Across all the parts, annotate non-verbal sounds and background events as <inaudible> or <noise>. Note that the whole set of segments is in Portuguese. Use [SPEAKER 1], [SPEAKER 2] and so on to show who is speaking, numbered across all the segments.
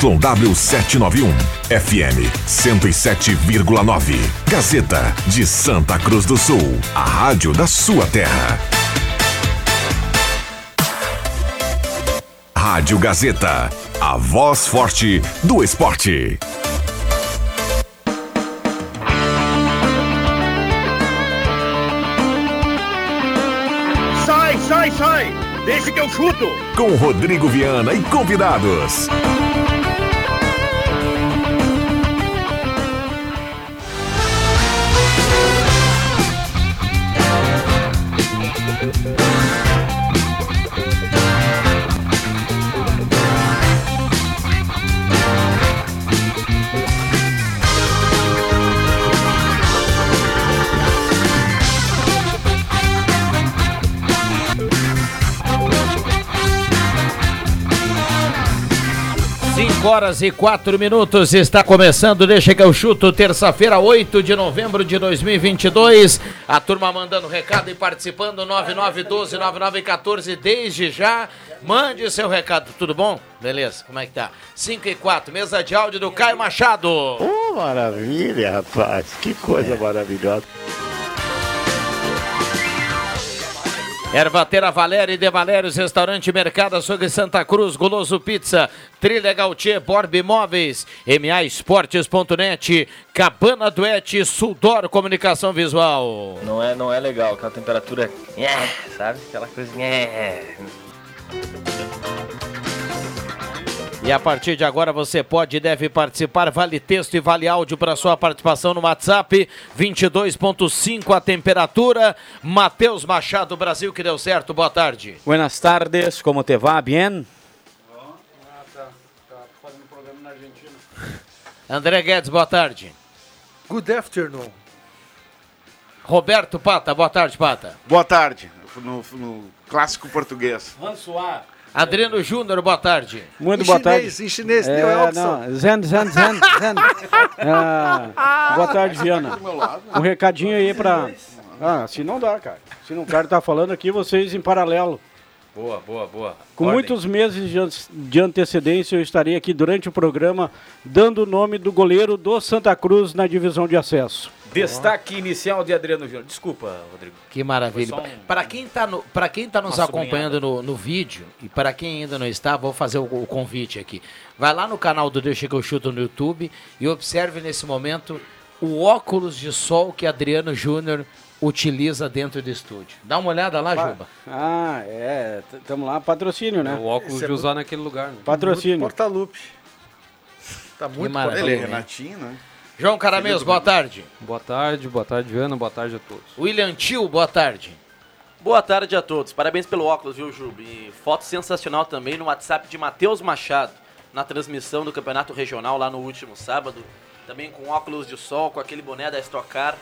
[SPEAKER 1] ZYW791, FM 107,9. Gazeta de Santa Cruz do Sul, a rádio da sua terra. Rádio Gazeta, a voz forte do esporte.
[SPEAKER 2] Sai, sai, sai! Deixa que eu chuto!
[SPEAKER 1] Com Rodrigo Viana e convidados.
[SPEAKER 3] Cinco horas e quatro minutos está começando, deixa que eu chuto, terça-feira, 8 de novembro de 2022. A turma mandando recado e participando, 9912-9914, desde já. Mande seu recado, tudo bom? Beleza, como é que tá? 5 e 4, mesa de áudio do Caio Machado.
[SPEAKER 4] Oh, maravilha, rapaz. Que coisa
[SPEAKER 5] É.
[SPEAKER 4] maravilhosa.
[SPEAKER 3] Ervatera Valéria e De Valérios, Restaurante Mercado Açougue Santa Cruz, Goloso Pizza, Trilha Gautier, Borb Imóveis, MA Esportes.net, Cabana Duete, Sudor Comunicação Visual.
[SPEAKER 5] Não é, não é legal, aquela temperatura, é, sabe? Aquela coisa, é.
[SPEAKER 3] E a partir de agora você pode e deve participar. Vale texto e vale áudio para sua participação no WhatsApp. 22,5 a temperatura. Matheus Machado, Brasil, que deu certo. Boa tarde.
[SPEAKER 6] Buenas tardes, como te va? Bien?
[SPEAKER 3] André Guedes, boa tarde.
[SPEAKER 7] Good afternoon.
[SPEAKER 3] Roberto Pata, boa tarde, Pata.
[SPEAKER 8] Boa tarde, no, no clássico português.
[SPEAKER 3] Adriano Júnior, boa tarde.
[SPEAKER 6] Muito
[SPEAKER 7] Em
[SPEAKER 6] boa
[SPEAKER 7] chinês,
[SPEAKER 6] tarde.
[SPEAKER 7] Em chinês, não é opção.
[SPEAKER 6] não. Zen, zen, zen, <laughs> zen. Ah, boa tarde, Viana. Um recadinho aí pra. Ah, se não dá, cara. Se não, o cara tá falando aqui, vocês em paralelo.
[SPEAKER 3] Boa, boa, boa.
[SPEAKER 6] Com muitos meses de an- de antecedência, eu estarei aqui durante o programa dando o nome do goleiro do Santa Cruz na divisão de acesso.
[SPEAKER 9] Destaque inicial de Adriano Júnior. Desculpa, Rodrigo.
[SPEAKER 3] Que maravilha. Para quem está no, para quem tá nos acompanhando no, no vídeo e para quem ainda não está, vou fazer o, o convite aqui. Vai lá no canal do Deixa que eu chuto no YouTube e observe nesse momento o óculos de sol que Adriano Júnior utiliza dentro do estúdio. Dá uma olhada lá, Juba.
[SPEAKER 6] Ah, é. Estamos lá, patrocínio,
[SPEAKER 3] É
[SPEAKER 6] né?
[SPEAKER 9] O óculos de usar naquele lugar. né?
[SPEAKER 6] Patrocínio.
[SPEAKER 7] Portalupe. Tá muito
[SPEAKER 3] maravilha.
[SPEAKER 7] portalupe.
[SPEAKER 8] Ele é Renatinho, né?
[SPEAKER 3] João Caramês, boa tarde.
[SPEAKER 9] Boa tarde, boa tarde, Ana, boa tarde a todos.
[SPEAKER 3] William Tio, boa tarde.
[SPEAKER 5] Boa tarde a todos. Parabéns pelo óculos, viu, Juba? E foto sensacional também no WhatsApp de Matheus Machado, na transmissão do Campeonato Regional lá no último sábado. Também com óculos de sol, com aquele boné da Stock Car.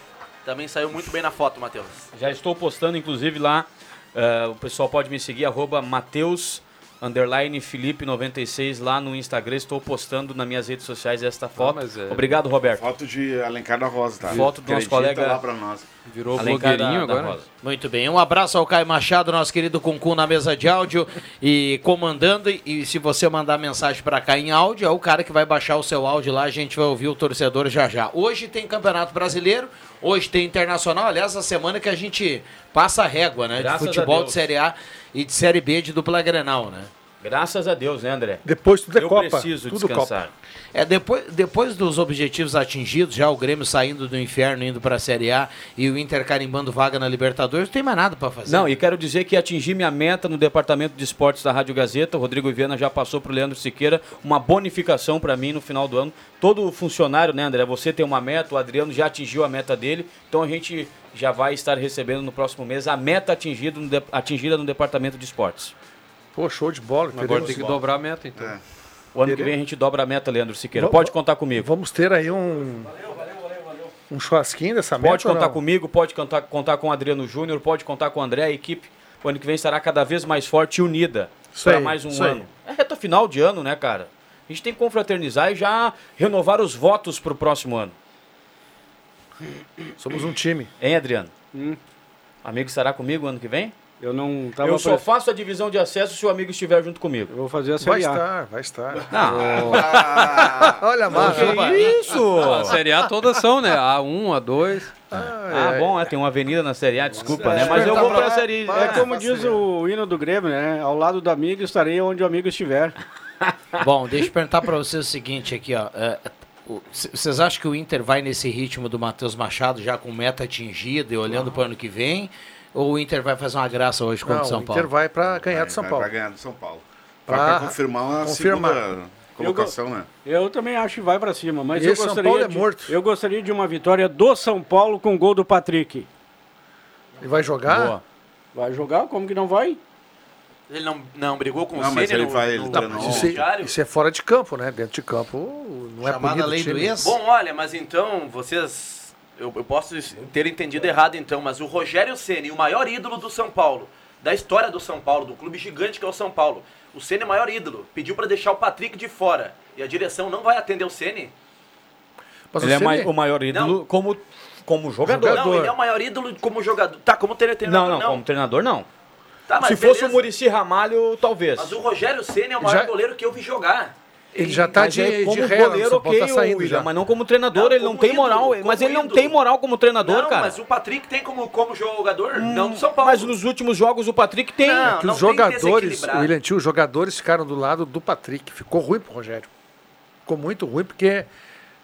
[SPEAKER 5] Também saiu muito bem na foto, Matheus.
[SPEAKER 9] Já estou postando, inclusive, lá. eh, o pessoal pode me seguir, arroba Mateus, underline Felipe 96 lá no Instagram. Estou postando nas minhas redes sociais esta Tá foto.
[SPEAKER 10] mas é-
[SPEAKER 9] Obrigado, Roberto.
[SPEAKER 8] Foto de Alencar da Rosa, tá?
[SPEAKER 9] Foto do nosso
[SPEAKER 8] Acredita
[SPEAKER 9] colega-
[SPEAKER 8] lá pra nós.
[SPEAKER 10] Virou
[SPEAKER 9] Alencar da-
[SPEAKER 10] blogueirinho
[SPEAKER 9] da
[SPEAKER 10] agora.
[SPEAKER 9] Rosa.
[SPEAKER 3] Muito bem, um abraço ao Caio Machado, nosso querido Cuncun na mesa de áudio e comandando. E se você mandar mensagem pra cá em áudio, é o cara que vai baixar o seu áudio lá, a gente vai ouvir o torcedor já já. Hoje tem Campeonato Brasileiro, hoje tem Internacional, aliás, a semana que a gente passa a régua, né?
[SPEAKER 9] Graças
[SPEAKER 3] de
[SPEAKER 9] a
[SPEAKER 3] futebol
[SPEAKER 9] Deus.
[SPEAKER 3] de Série A e de Série B de dupla Grenal, né?
[SPEAKER 9] Graças a Deus, né, André?
[SPEAKER 7] Depois tudo é
[SPEAKER 9] Eu
[SPEAKER 7] Copa.
[SPEAKER 9] preciso
[SPEAKER 7] tudo
[SPEAKER 9] descansar.
[SPEAKER 3] É, depois, depois dos objetivos atingidos, já o Grêmio saindo do inferno, indo pra Série A e o Inter carimbando vaga na Libertadores, não tem mais nada pra fazer. né?
[SPEAKER 9] Não, e quero dizer que atingi minha meta no departamento de esportes da Rádio Gazeta. O Rodrigo Viana já passou para o Leandro Siqueira uma bonificação para mim no final do ano. Todo funcionário, né, André? Você tem uma meta, o Adriano já atingiu a meta dele. Então a gente já vai estar recebendo no próximo mês a meta atingida no, de- atingida no departamento de esportes.
[SPEAKER 7] Copa. Pô, show de bola. É.
[SPEAKER 9] Agora
[SPEAKER 7] teremos-
[SPEAKER 9] tem que
[SPEAKER 10] Dobrar a meta, então.
[SPEAKER 9] O ano que vem a gente dobra a meta, Leandro Siqueira.
[SPEAKER 7] Va-
[SPEAKER 9] Pode contar comigo.
[SPEAKER 7] Vamos ter aí um... Um churrasquinho dessa meta
[SPEAKER 9] Pode
[SPEAKER 7] ou
[SPEAKER 9] contar
[SPEAKER 7] não?
[SPEAKER 9] comigo, pode contar, contar com o Adriano Júnior, pode contar com o André, a equipe. O ano que vem estará cada vez mais forte e unida
[SPEAKER 7] Isso
[SPEAKER 9] para
[SPEAKER 7] aí,
[SPEAKER 9] mais um
[SPEAKER 7] isso aí.
[SPEAKER 9] ano. É reta final de ano, né, cara? A gente tem que confraternizar e já renovar os votos para o próximo ano.
[SPEAKER 7] Somos um time.
[SPEAKER 9] Hein, Adriano? Amigo estará comigo ano que vem?
[SPEAKER 6] Eu não
[SPEAKER 11] Tá
[SPEAKER 6] tava.
[SPEAKER 9] Eu só
[SPEAKER 6] pres-
[SPEAKER 9] faço a divisão de acesso se o amigo estiver junto comigo.
[SPEAKER 6] Eu vou fazer a
[SPEAKER 7] Vai
[SPEAKER 6] Série A.
[SPEAKER 7] estar, vai estar.
[SPEAKER 8] Ah,
[SPEAKER 7] Olha a marca.
[SPEAKER 9] <laughs> isso?
[SPEAKER 10] A Série A todas são, né? A1, A2.
[SPEAKER 9] Ah, bom, é, tem uma avenida na Série A,
[SPEAKER 7] É,
[SPEAKER 9] desculpa, né? Mas eu vou pra Série
[SPEAKER 6] É
[SPEAKER 9] A.
[SPEAKER 6] como diz o hino do Grêmio, né? Ao lado do amigo estarei onde o amigo estiver.
[SPEAKER 3] Bom, deixa eu perguntar pra vocês o seguinte aqui, ó. É, o- c- Vocês acham que o Inter vai nesse ritmo do Matheus Machado já com meta atingida e olhando pro ano que vem? Ou o Inter vai fazer uma graça hoje contra
[SPEAKER 7] Não,
[SPEAKER 3] o São
[SPEAKER 7] o
[SPEAKER 3] Paulo?
[SPEAKER 7] Inter vai para ganhar do São
[SPEAKER 8] vai-
[SPEAKER 7] Paulo.
[SPEAKER 8] Vai ganhar do São Paulo.
[SPEAKER 7] Pra
[SPEAKER 8] Pra, pra confirmar uma
[SPEAKER 7] confirmar.
[SPEAKER 8] segunda colocação, né?
[SPEAKER 6] Eu também acho que vai pra cima, mas
[SPEAKER 7] Esse
[SPEAKER 6] eu
[SPEAKER 7] São
[SPEAKER 6] gostaria,
[SPEAKER 7] Paulo é
[SPEAKER 6] de,
[SPEAKER 7] morto.
[SPEAKER 6] eu gostaria de uma vitória do São Paulo com gol do Patrick.
[SPEAKER 7] Ele vai jogar?
[SPEAKER 9] Boa.
[SPEAKER 6] Vai jogar? Como que não vai?
[SPEAKER 5] Ele não, não brigou com o
[SPEAKER 8] Não,
[SPEAKER 5] Ceni
[SPEAKER 8] mas ele
[SPEAKER 5] no,
[SPEAKER 8] vai- ele
[SPEAKER 5] no,
[SPEAKER 8] tá-
[SPEAKER 5] no
[SPEAKER 8] mas
[SPEAKER 7] Isso, é-
[SPEAKER 5] vestiário?
[SPEAKER 7] isso é fora de campo, né? Dentro de campo não é
[SPEAKER 3] Chamada
[SPEAKER 7] punido o
[SPEAKER 3] lei do
[SPEAKER 7] time.
[SPEAKER 3] ex?
[SPEAKER 5] Bom, olha, mas então vocês. Eu, eu posso es- ter entendido errado então, mas o Rogério Ceni, o maior ídolo do São Paulo, da história do São Paulo, do clube gigante que é o São Paulo, o Ceni é o maior ídolo, pediu pra deixar o Patrick de fora e a direção não vai atender o Ceni?
[SPEAKER 7] Mas
[SPEAKER 9] Ele é
[SPEAKER 7] você
[SPEAKER 9] mai-
[SPEAKER 7] vê,
[SPEAKER 9] o maior ídolo como, como jogador.
[SPEAKER 5] Não, ele é o maior ídolo como jogador. Tá, como tre-
[SPEAKER 9] Não,
[SPEAKER 5] treinador
[SPEAKER 9] não, como treinador não.
[SPEAKER 5] Tá, mas
[SPEAKER 9] Se fosse o
[SPEAKER 5] beleza.
[SPEAKER 9] Murici Ramalho, talvez.
[SPEAKER 5] Mas o Rogério Ceni é o maior
[SPEAKER 7] Já-
[SPEAKER 5] goleiro que eu vi jogar.
[SPEAKER 7] Ele já tá
[SPEAKER 9] Mas
[SPEAKER 7] de,
[SPEAKER 9] é,
[SPEAKER 7] de
[SPEAKER 9] como
[SPEAKER 7] ré, o
[SPEAKER 9] goleiro,
[SPEAKER 7] São Paulo
[SPEAKER 9] ok,
[SPEAKER 7] tá
[SPEAKER 9] o
[SPEAKER 7] saindo
[SPEAKER 9] William,
[SPEAKER 7] já.
[SPEAKER 9] mas não como treinador,
[SPEAKER 5] Não,
[SPEAKER 9] ele não
[SPEAKER 5] como
[SPEAKER 9] tem
[SPEAKER 5] ídolo,
[SPEAKER 9] moral.
[SPEAKER 5] como
[SPEAKER 9] Mas ele não
[SPEAKER 5] ídolo.
[SPEAKER 9] tem moral como treinador,
[SPEAKER 5] não,
[SPEAKER 9] cara.
[SPEAKER 5] mas o Patrick tem como, como jogador, não do São Paulo.
[SPEAKER 9] Mas nos últimos jogos o Patrick tem. É
[SPEAKER 5] Não.
[SPEAKER 7] Que os
[SPEAKER 5] tem é que
[SPEAKER 7] jogadores,
[SPEAKER 5] desequilibrar.
[SPEAKER 7] o William Tio, os jogadores ficaram do lado do Patrick. Ficou ruim pro Rogério. Ficou muito ruim, porque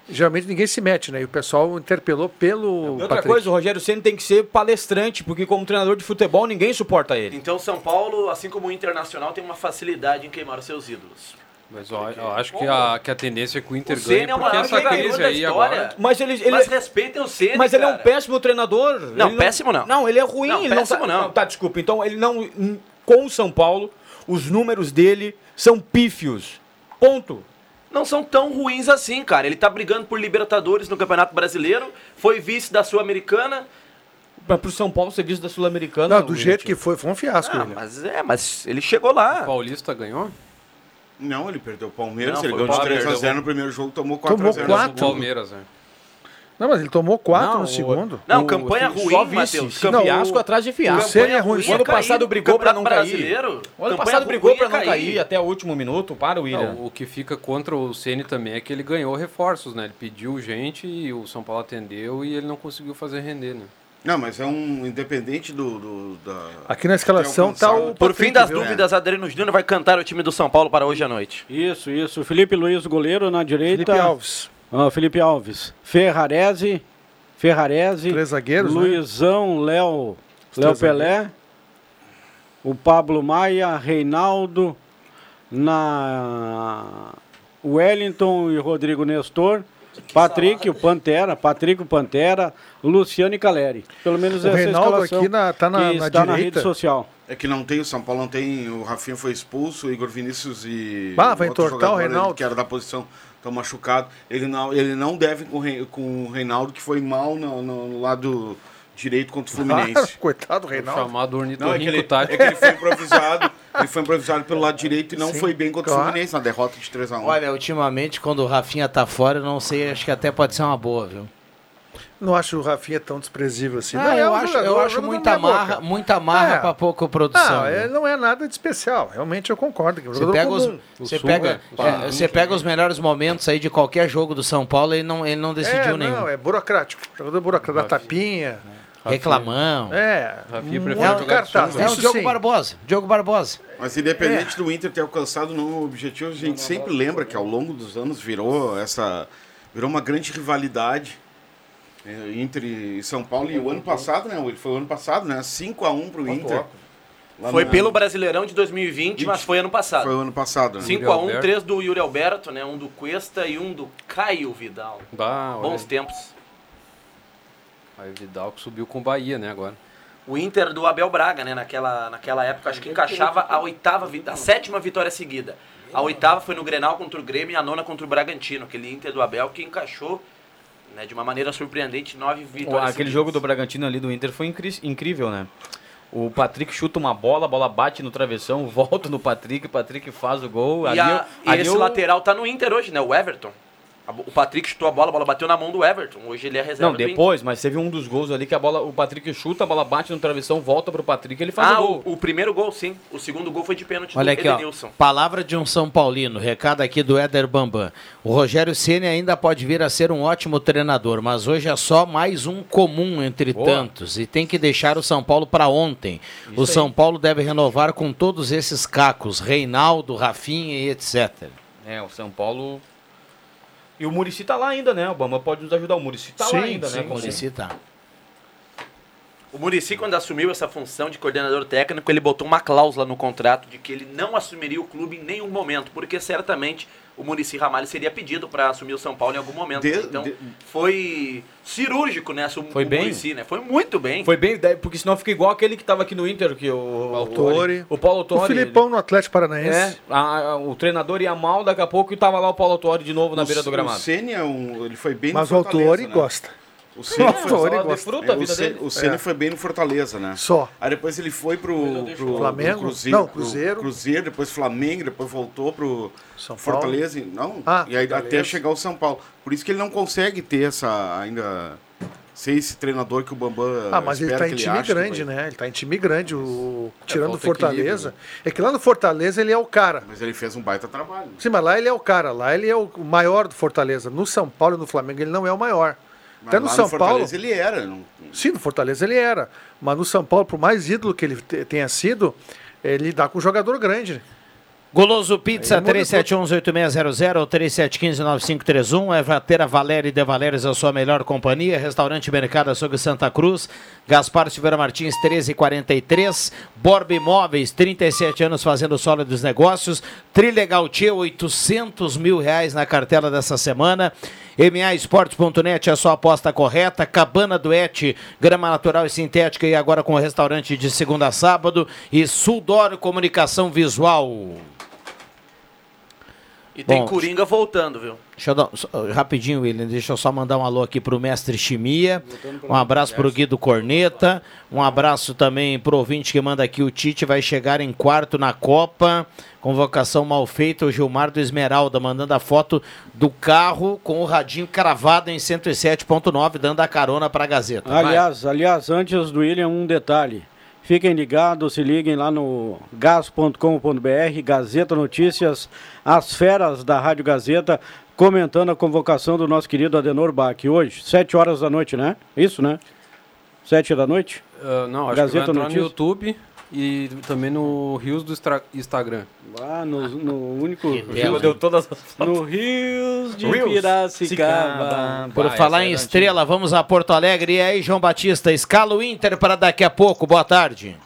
[SPEAKER 7] geralmente ninguém se mete, né? E o pessoal interpelou pelo
[SPEAKER 9] Outra
[SPEAKER 7] Patrick.
[SPEAKER 9] coisa, o Rogério Senna tem que ser palestrante, porque como treinador de futebol ninguém suporta ele.
[SPEAKER 5] Então São Paulo, assim como o Internacional, tem uma facilidade em queimar os seus ídolos.
[SPEAKER 10] Mas ó, eu acho que a, que a tendência é que o Inter
[SPEAKER 5] O
[SPEAKER 10] ganhe,
[SPEAKER 5] Ceni é o
[SPEAKER 10] porque
[SPEAKER 5] maior
[SPEAKER 10] essa
[SPEAKER 5] jogador
[SPEAKER 10] crise
[SPEAKER 5] da
[SPEAKER 10] aí
[SPEAKER 5] história.
[SPEAKER 10] agora...
[SPEAKER 9] Mas ele, ele,
[SPEAKER 5] Então, Mas respeitem o Ceni,
[SPEAKER 9] mas ele é um
[SPEAKER 5] cara.
[SPEAKER 9] péssimo treinador. Ele
[SPEAKER 5] péssimo não.
[SPEAKER 9] Não, ele é ruim.
[SPEAKER 5] Não,
[SPEAKER 9] ele
[SPEAKER 5] péssimo
[SPEAKER 9] tá,
[SPEAKER 5] não.
[SPEAKER 9] Tá, desculpa. Então, ele não... Com o São Paulo, os números dele são pífios. Ponto.
[SPEAKER 5] não são tão ruins assim, cara. Ele tá brigando por Libertadores no Campeonato Brasileiro, foi vice da Sul-Americana.
[SPEAKER 9] Pra, pro São Paulo, serviço da Sul-Americana...
[SPEAKER 7] Não, do jeito que foi, foi um fiasco,
[SPEAKER 5] Ah,
[SPEAKER 7] William.
[SPEAKER 5] mas é, mas ele chegou
[SPEAKER 10] O
[SPEAKER 5] lá.
[SPEAKER 10] Paulista ganhou?
[SPEAKER 8] Não, ele perdeu o Palmeiras,
[SPEAKER 5] Não,
[SPEAKER 8] ele
[SPEAKER 5] foi
[SPEAKER 8] ganhou
[SPEAKER 5] o
[SPEAKER 8] de
[SPEAKER 10] Palmeiras,
[SPEAKER 8] 3x0 no primeiro jogo, tomou 4x0
[SPEAKER 7] Tomou
[SPEAKER 8] no segundo.
[SPEAKER 10] O
[SPEAKER 7] quatro.
[SPEAKER 10] Palmeiras, né?
[SPEAKER 7] Não, mas ele tomou quatro
[SPEAKER 9] Não,
[SPEAKER 7] no
[SPEAKER 9] o-
[SPEAKER 7] segundo.
[SPEAKER 5] Não,
[SPEAKER 9] O-
[SPEAKER 5] campanha
[SPEAKER 9] só
[SPEAKER 5] ruim,
[SPEAKER 9] vice,
[SPEAKER 5] Matheus.
[SPEAKER 9] sim.
[SPEAKER 5] Campanha
[SPEAKER 9] Fiasco atrás de fiasco.
[SPEAKER 7] Campanha Ele é ruim,
[SPEAKER 5] ruim,
[SPEAKER 7] sim.
[SPEAKER 9] ano
[SPEAKER 5] é cair
[SPEAKER 9] passado
[SPEAKER 5] do
[SPEAKER 9] brigou pra não
[SPEAKER 5] Campeonato
[SPEAKER 9] cair.
[SPEAKER 5] Brasileiro.
[SPEAKER 9] O ano
[SPEAKER 5] Campanha
[SPEAKER 9] passado
[SPEAKER 5] ruim
[SPEAKER 9] brigou
[SPEAKER 5] é
[SPEAKER 9] pra não cair até o último minuto. Para, William.
[SPEAKER 10] Não, o que fica contra o Ceni também é que ele ganhou reforços, né? Ele pediu gente e o São Paulo atendeu e ele não conseguiu fazer render, né?
[SPEAKER 8] Não, mas é um independente do... do- da...
[SPEAKER 7] Aqui na escalação
[SPEAKER 8] Tem
[SPEAKER 7] tá
[SPEAKER 8] algum saldo?
[SPEAKER 7] o
[SPEAKER 8] Por
[SPEAKER 5] Por
[SPEAKER 7] Patrick,
[SPEAKER 5] fim das
[SPEAKER 7] viu?
[SPEAKER 5] dúvidas, Adriano Júnior vai cantar o time do São Paulo para hoje à noite.
[SPEAKER 6] Isso, isso. Felipe Luiz, goleiro na direita.
[SPEAKER 7] Felipe
[SPEAKER 11] então,
[SPEAKER 7] Alves.
[SPEAKER 6] Ah, Felipe Alves. Ferrarese. Ferrarese.
[SPEAKER 7] Três zagueiros, né?
[SPEAKER 6] Luizão, Léo. Léo
[SPEAKER 7] três
[SPEAKER 6] Pelé. O Pablo Maia, Reinaldo. Na. Wellington e Rodrigo Nestor. Patrick, o Pantera, Patrick, o Pantera, Luciano e Caleri. Pelo menos
[SPEAKER 7] O
[SPEAKER 6] essa
[SPEAKER 7] Reinaldo
[SPEAKER 6] escalação
[SPEAKER 7] aqui na- tá na-
[SPEAKER 6] que
[SPEAKER 7] na
[SPEAKER 6] está na
[SPEAKER 7] direita.
[SPEAKER 6] rede social.
[SPEAKER 8] É que não tem, o São Paulo não tem, o Rafinha foi expulso, o Igor Vinícius e...
[SPEAKER 7] Bah, vai
[SPEAKER 8] outro
[SPEAKER 7] entortar o
[SPEAKER 8] jogador, ele
[SPEAKER 7] Reinaldo.
[SPEAKER 8] Que era da posição, estão machucados. Ele não, ele não deve com, o Rei- com o Reinaldo, que foi mal no, no- no lado direito contra o
[SPEAKER 7] Claro, <laughs>
[SPEAKER 8] Fluminense.
[SPEAKER 7] coitado do
[SPEAKER 10] O
[SPEAKER 7] Reinaldo.
[SPEAKER 10] chamado
[SPEAKER 8] Não, é que, ele,
[SPEAKER 10] ornitorrinco
[SPEAKER 8] é
[SPEAKER 10] tático.
[SPEAKER 8] que ele foi improvisado, ele foi improvisado pelo lado direito e não
[SPEAKER 7] Sim,
[SPEAKER 8] foi bem contra
[SPEAKER 7] claro.
[SPEAKER 8] o Fluminense na derrota de 3x1.
[SPEAKER 3] Olha, ultimamente, quando o Rafinha tá fora, eu não sei, acho que até pode ser uma boa, viu?
[SPEAKER 7] Não acho o Rafinha tão desprezível assim.
[SPEAKER 3] Ah,
[SPEAKER 7] Não, é
[SPEAKER 3] eu,
[SPEAKER 7] um
[SPEAKER 3] acho,
[SPEAKER 7] jogador,
[SPEAKER 3] eu acho
[SPEAKER 7] jogador
[SPEAKER 3] muita
[SPEAKER 7] meia boca.
[SPEAKER 3] marra, muita marra
[SPEAKER 7] É.
[SPEAKER 3] pra pouco
[SPEAKER 7] Não,
[SPEAKER 3] produção. né? viu?
[SPEAKER 7] é- não é nada de especial. Realmente eu concordo. Que é um
[SPEAKER 3] Você
[SPEAKER 7] jogador
[SPEAKER 3] pega, os,
[SPEAKER 7] comum.
[SPEAKER 3] você,
[SPEAKER 10] Sul,
[SPEAKER 3] pega,
[SPEAKER 10] é.
[SPEAKER 3] é, você pega os melhores momentos aí de qualquer jogo do São Paulo e não, ele não
[SPEAKER 7] É,
[SPEAKER 3] decidiu
[SPEAKER 10] né?
[SPEAKER 7] não,
[SPEAKER 3] nenhum.
[SPEAKER 7] é burocrático. Jogador burocrático, da tapinha.
[SPEAKER 3] Reclamão. É,
[SPEAKER 7] É.
[SPEAKER 10] Rafinha
[SPEAKER 7] muito
[SPEAKER 10] prefere jogar de
[SPEAKER 7] cartaz.
[SPEAKER 3] o
[SPEAKER 7] isso
[SPEAKER 3] Diogo
[SPEAKER 7] sim.
[SPEAKER 3] Barbosa. Diogo Barbosa.
[SPEAKER 8] Mas independente do Inter ter alcançado ou é. não o objetivo, a gente sempre lembra que ao longo dos anos virou essa virou uma grande rivalidade eh, entre São Paulo e o ano passado, né? Ele foi o ano passado, né? 5 a 1 pro Inter. Lá
[SPEAKER 5] Foi
[SPEAKER 8] no-
[SPEAKER 5] pelo Brasileirão de 2020, mas foi ano passado.
[SPEAKER 8] foi o ano passado, né?
[SPEAKER 5] 5
[SPEAKER 10] Yuri
[SPEAKER 5] a 1
[SPEAKER 10] Alberto.
[SPEAKER 5] 3 do Yuri Alberto, né? Um do Cuesta e um do Caio Vidal.
[SPEAKER 10] Bah, olha.
[SPEAKER 5] Bons tempos.
[SPEAKER 10] Aí o Vidal que subiu com o Bahia, né, agora.
[SPEAKER 5] O Inter do Abel Braga, né? Naquela, naquela época, acho que encaixava a oitava, vi- a sétima vitória seguida. A oitava foi no Grenal contra o Grêmio e a nona contra o Bragantino. Aquele Inter do Abel que encaixou, né? De uma maneira surpreendente, nove
[SPEAKER 9] Pô,
[SPEAKER 5] vitórias.
[SPEAKER 9] Aquele
[SPEAKER 5] seguidas.
[SPEAKER 9] jogo do Bragantino ali do Inter foi incri- incrível, né? O Patrick chuta uma bola, a bola bate no travessão, <laughs> volta no Patrick, o Patrick faz o gol.
[SPEAKER 5] E,
[SPEAKER 9] ali
[SPEAKER 5] a-
[SPEAKER 9] eu- ali
[SPEAKER 5] esse
[SPEAKER 9] eu-
[SPEAKER 5] lateral tá no Inter hoje, né? O Everton. A bo- O Patrick chutou a bola, a bola bateu na mão do Everton. Hoje ele é reserva.
[SPEAKER 9] Não,
[SPEAKER 5] do Inter.
[SPEAKER 9] depois, mas teve um dos gols ali que a bola, o Patrick chuta, a bola bate no travessão, volta pro Patrick e ele faz
[SPEAKER 5] ah,
[SPEAKER 9] o
[SPEAKER 5] o,
[SPEAKER 9] gol.
[SPEAKER 5] o primeiro gol, sim. O segundo gol foi de pênalti
[SPEAKER 3] Olha
[SPEAKER 5] do
[SPEAKER 3] aqui, ó.
[SPEAKER 5] Edenilson.
[SPEAKER 3] Palavra de um São Paulino. Recado aqui do Éder Bambam. O Rogério Ceni ainda pode vir a ser um ótimo treinador, mas hoje é só mais um comum entre tantos e tem que deixar o São Paulo para ontem. o São Paulo deve renovar com todos esses cacos, Reinaldo, Rafinha e etc.
[SPEAKER 9] É, o São Paulo. E o Murici tá lá ainda, né? O Bamba pode nos ajudar. O Murici tá lá ainda, né? Como
[SPEAKER 3] Muricy tá.
[SPEAKER 5] O Murici, quando assumiu essa função de coordenador técnico, ele botou uma cláusula no contrato de que ele não assumiria o clube em nenhum momento, porque certamente o Murici Ramalho seria pedido para assumir o São Paulo em algum momento.
[SPEAKER 8] De-
[SPEAKER 5] então
[SPEAKER 8] de-
[SPEAKER 5] foi cirúrgico nessa o,
[SPEAKER 9] Foi
[SPEAKER 5] o
[SPEAKER 9] bem?
[SPEAKER 5] Muricy, né? Foi muito bem.
[SPEAKER 9] Foi bem, daí- porque senão fica igual aquele que tava aqui no Inter, que o.
[SPEAKER 7] Paulo Autori.
[SPEAKER 9] O Paulo
[SPEAKER 7] O
[SPEAKER 9] Autori.
[SPEAKER 7] Filipão no Atlético Paranaense.
[SPEAKER 9] É, a- a- o treinador ia mal, daqui a pouco e tava lá o Paulo Autori de novo na beira do
[SPEAKER 8] O
[SPEAKER 9] gramado.
[SPEAKER 8] Ceni é um, ele foi bem
[SPEAKER 7] Mas o
[SPEAKER 8] no Fortaleza,
[SPEAKER 7] Autori
[SPEAKER 8] né?
[SPEAKER 7] gosta.
[SPEAKER 8] O Ceni foi
[SPEAKER 7] Autori
[SPEAKER 9] Só
[SPEAKER 7] gosta.
[SPEAKER 9] desfruta
[SPEAKER 8] É,
[SPEAKER 9] a
[SPEAKER 8] o,
[SPEAKER 9] vida
[SPEAKER 8] Ceni,
[SPEAKER 9] dele.
[SPEAKER 8] o Ceni foi bem no Fortaleza, né?
[SPEAKER 7] Só.
[SPEAKER 8] Aí depois ele foi pro, pro- pro
[SPEAKER 7] Flamengo?
[SPEAKER 8] Cruzeiro,
[SPEAKER 7] Não,
[SPEAKER 8] pro
[SPEAKER 7] Cruzeiro.
[SPEAKER 8] Cruzeiro, depois Flamengo, depois voltou pro
[SPEAKER 7] São Paulo.
[SPEAKER 8] Fortaleza, e- não,
[SPEAKER 7] Ah,
[SPEAKER 8] e aí
[SPEAKER 7] Fortaleza.
[SPEAKER 8] até chegar ao São Paulo. Por isso que ele não consegue ter essa ainda ser esse treinador que o Bambam
[SPEAKER 12] Ah, mas ele
[SPEAKER 8] espera
[SPEAKER 12] tá em
[SPEAKER 8] É, que
[SPEAKER 12] time
[SPEAKER 8] ache que
[SPEAKER 12] grande,
[SPEAKER 8] vai.
[SPEAKER 12] né? Ele tá em time grande, o... tirando o
[SPEAKER 7] falta
[SPEAKER 12] Fortaleza. É que lá no Fortaleza ele é o cara.
[SPEAKER 8] Mas ele fez um baita trabalho.
[SPEAKER 12] Sim, mas lá ele é o cara, lá ele é o maior do Fortaleza. No São Paulo e no Flamengo ele não é o maior.
[SPEAKER 8] Mas
[SPEAKER 7] Tá
[SPEAKER 12] Até no
[SPEAKER 8] lá
[SPEAKER 12] São Paulo.
[SPEAKER 8] Fortaleza ele era, não-
[SPEAKER 12] Sim, no Fortaleza ele era. Mas no São Paulo, por mais ídolo que ele te- tenha sido, ele dá com um jogador grande. né?
[SPEAKER 3] Goloso Pizza 3711-8600 ou 3715-9531. Evatera é Valéria e De Valérios, a sua melhor companhia. Restaurante Mercado Açougue Santa Cruz. Gaspar Silveira Martins, 1343. Borba Imóveis, 37 anos fazendo sólidos negócios. Trilegal Tia, 800 mil reais na cartela dessa semana. MAESportes.net é a sua aposta correta. Cabana Duete, grama natural e sintética. E agora com o restaurante de segunda a sábado. E Sudor Comunicação Visual.
[SPEAKER 5] E tem
[SPEAKER 3] Bom,
[SPEAKER 5] Coringa voltando, viu?
[SPEAKER 3] Deixa eu dar, só- rapidinho, William, deixa eu só mandar um alô aqui pro mestre Chimia, um abraço pro Guido Corneta, um abraço também pro ouvinte que manda aqui, o Tite vai chegar em quarto na Copa, convocação mal feita, o Gilmar do Esmeralda mandando a foto do carro com o radinho cravado em 107.9, dando a carona pra Gazeta.
[SPEAKER 9] Ah,
[SPEAKER 6] Aliás, aliás, antes do William, um detalhe. Fiquem ligados, se liguem lá no gas.com.br, Gazeta Notícias, as feras da Rádio Gazeta, comentando a convocação do nosso querido Adenor Bach. Hoje, sete horas da noite, né? Isso, né? Sete da noite?
[SPEAKER 10] Ah, não, acho
[SPEAKER 6] Gazeta
[SPEAKER 10] que vai entrar
[SPEAKER 6] Notícias?
[SPEAKER 10] no YouTube e também no Rios do Estra- Instagram.
[SPEAKER 6] Lá no, no único...
[SPEAKER 9] Ela deu todas as
[SPEAKER 6] No Rios de
[SPEAKER 9] Rios,
[SPEAKER 6] Piracicaba.
[SPEAKER 9] Sicaba.
[SPEAKER 3] Por
[SPEAKER 9] Vai,
[SPEAKER 3] falar
[SPEAKER 9] essa
[SPEAKER 3] em
[SPEAKER 9] é da
[SPEAKER 3] estrela, vamos a Porto Alegre. E aí, João Batista, escala o Inter para daqui a pouco. Boa tarde.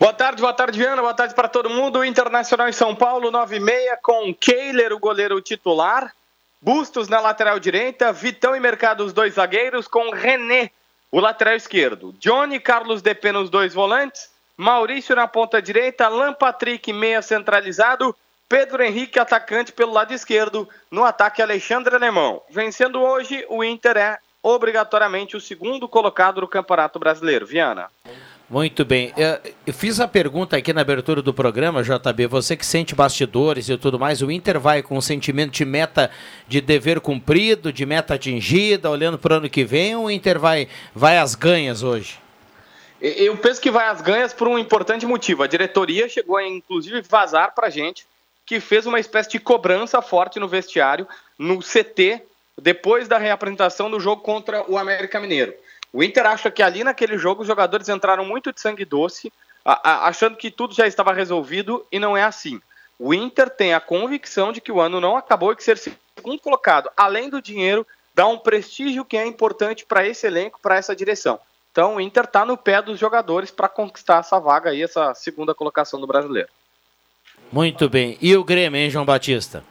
[SPEAKER 13] Boa tarde, boa tarde, Viana. Boa tarde para todo mundo. Internacional em São Paulo, 9h30, com Kehler, o goleiro titular. Bustos na lateral direita. Vitão e Mercado, os dois zagueiros, com René, o lateral esquerdo. Johnny Carlos Depena, nos dois volantes. Maurício na ponta direita. Alan Patrick, meia centralizado. Pedro Henrique, atacante pelo lado esquerdo. No ataque, Alexandre Alemão. Vencendo hoje, o Inter é obrigatoriamente o segundo colocado do Campeonato Brasileiro. Viana.
[SPEAKER 3] Muito bem. É, Eu fiz a pergunta aqui na abertura do programa, JB. Você que sente bastidores e tudo mais, o Inter vai com um sentimento de meta de dever cumprido, de meta atingida, olhando para o ano que vem, ou o Inter vai, vai às ganhas hoje?
[SPEAKER 13] E- Eu penso que vai às ganhas por um importante motivo. A diretoria chegou a, inclusive, vazar pra gente que fez uma espécie de cobrança forte no vestiário, no CT, depois da reapresentação do jogo contra o América Mineiro. O Inter acha que ali naquele jogo os jogadores entraram muito de sangue doce, a- a- achando que tudo já estava resolvido e não é assim. O Inter tem a convicção de que o ano não acabou e que ser segundo colocado, além do dinheiro, dá um prestígio que é importante para esse elenco, para essa direção. Então o Inter tá no pé dos jogadores para conquistar essa vaga aí, essa segunda colocação do brasileiro.
[SPEAKER 3] Muito bem. E o Grêmio, hein, João Batista?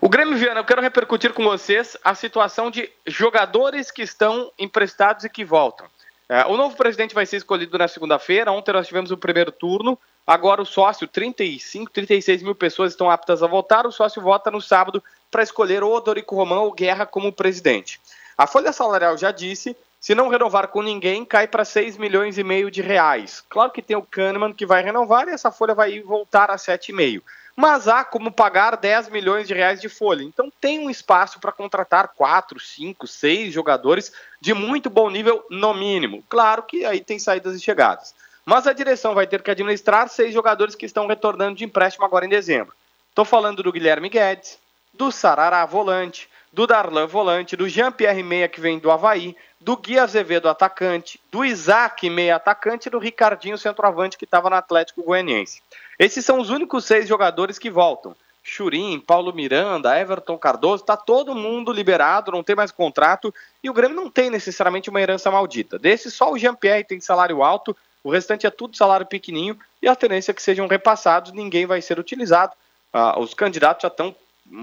[SPEAKER 13] O Grêmio Viana, eu quero repercutir com vocês a situação de jogadores que estão emprestados e que voltam. É, o novo presidente vai ser escolhido na segunda-feira. Ontem nós tivemos o primeiro turno. Agora o sócio, 35, 36 mil pessoas estão aptas a votar. O sócio vota no sábado para escolher ou Dorico Romão ou Guerra como presidente. A folha salarial já disse, se não renovar com ninguém, cai para 6 milhões e meio de reais. Claro que tem o Kahneman que vai renovar e essa folha vai voltar a 7,5. mas há como pagar 10 milhões de reais de folha. Então tem um espaço para contratar 4, 5, 6 jogadores de muito bom nível, no mínimo. Claro que aí tem saídas e chegadas. Mas a direção vai ter que administrar seis jogadores que estão retornando de empréstimo agora em dezembro. Estou falando do Guilherme Guedes, do Sarará Volante, do Darlan Volante, do Jean-Pierre Meia que vem do Havaí, do Gui Azevedo atacante, do Isaac Meia atacante e do Ricardinho centroavante que estava no Atlético Goianiense. Esses são os únicos seis jogadores que voltam. Churim, Paulo Miranda, Everton Cardoso, tá todo mundo liberado, não tem mais contrato e o Grêmio não tem necessariamente uma herança maldita. Desse só o Jean-Pierre tem salário alto, o restante é tudo salário pequenininho e a tendência é que sejam repassados, ninguém vai ser utilizado. Ah, os candidatos já estão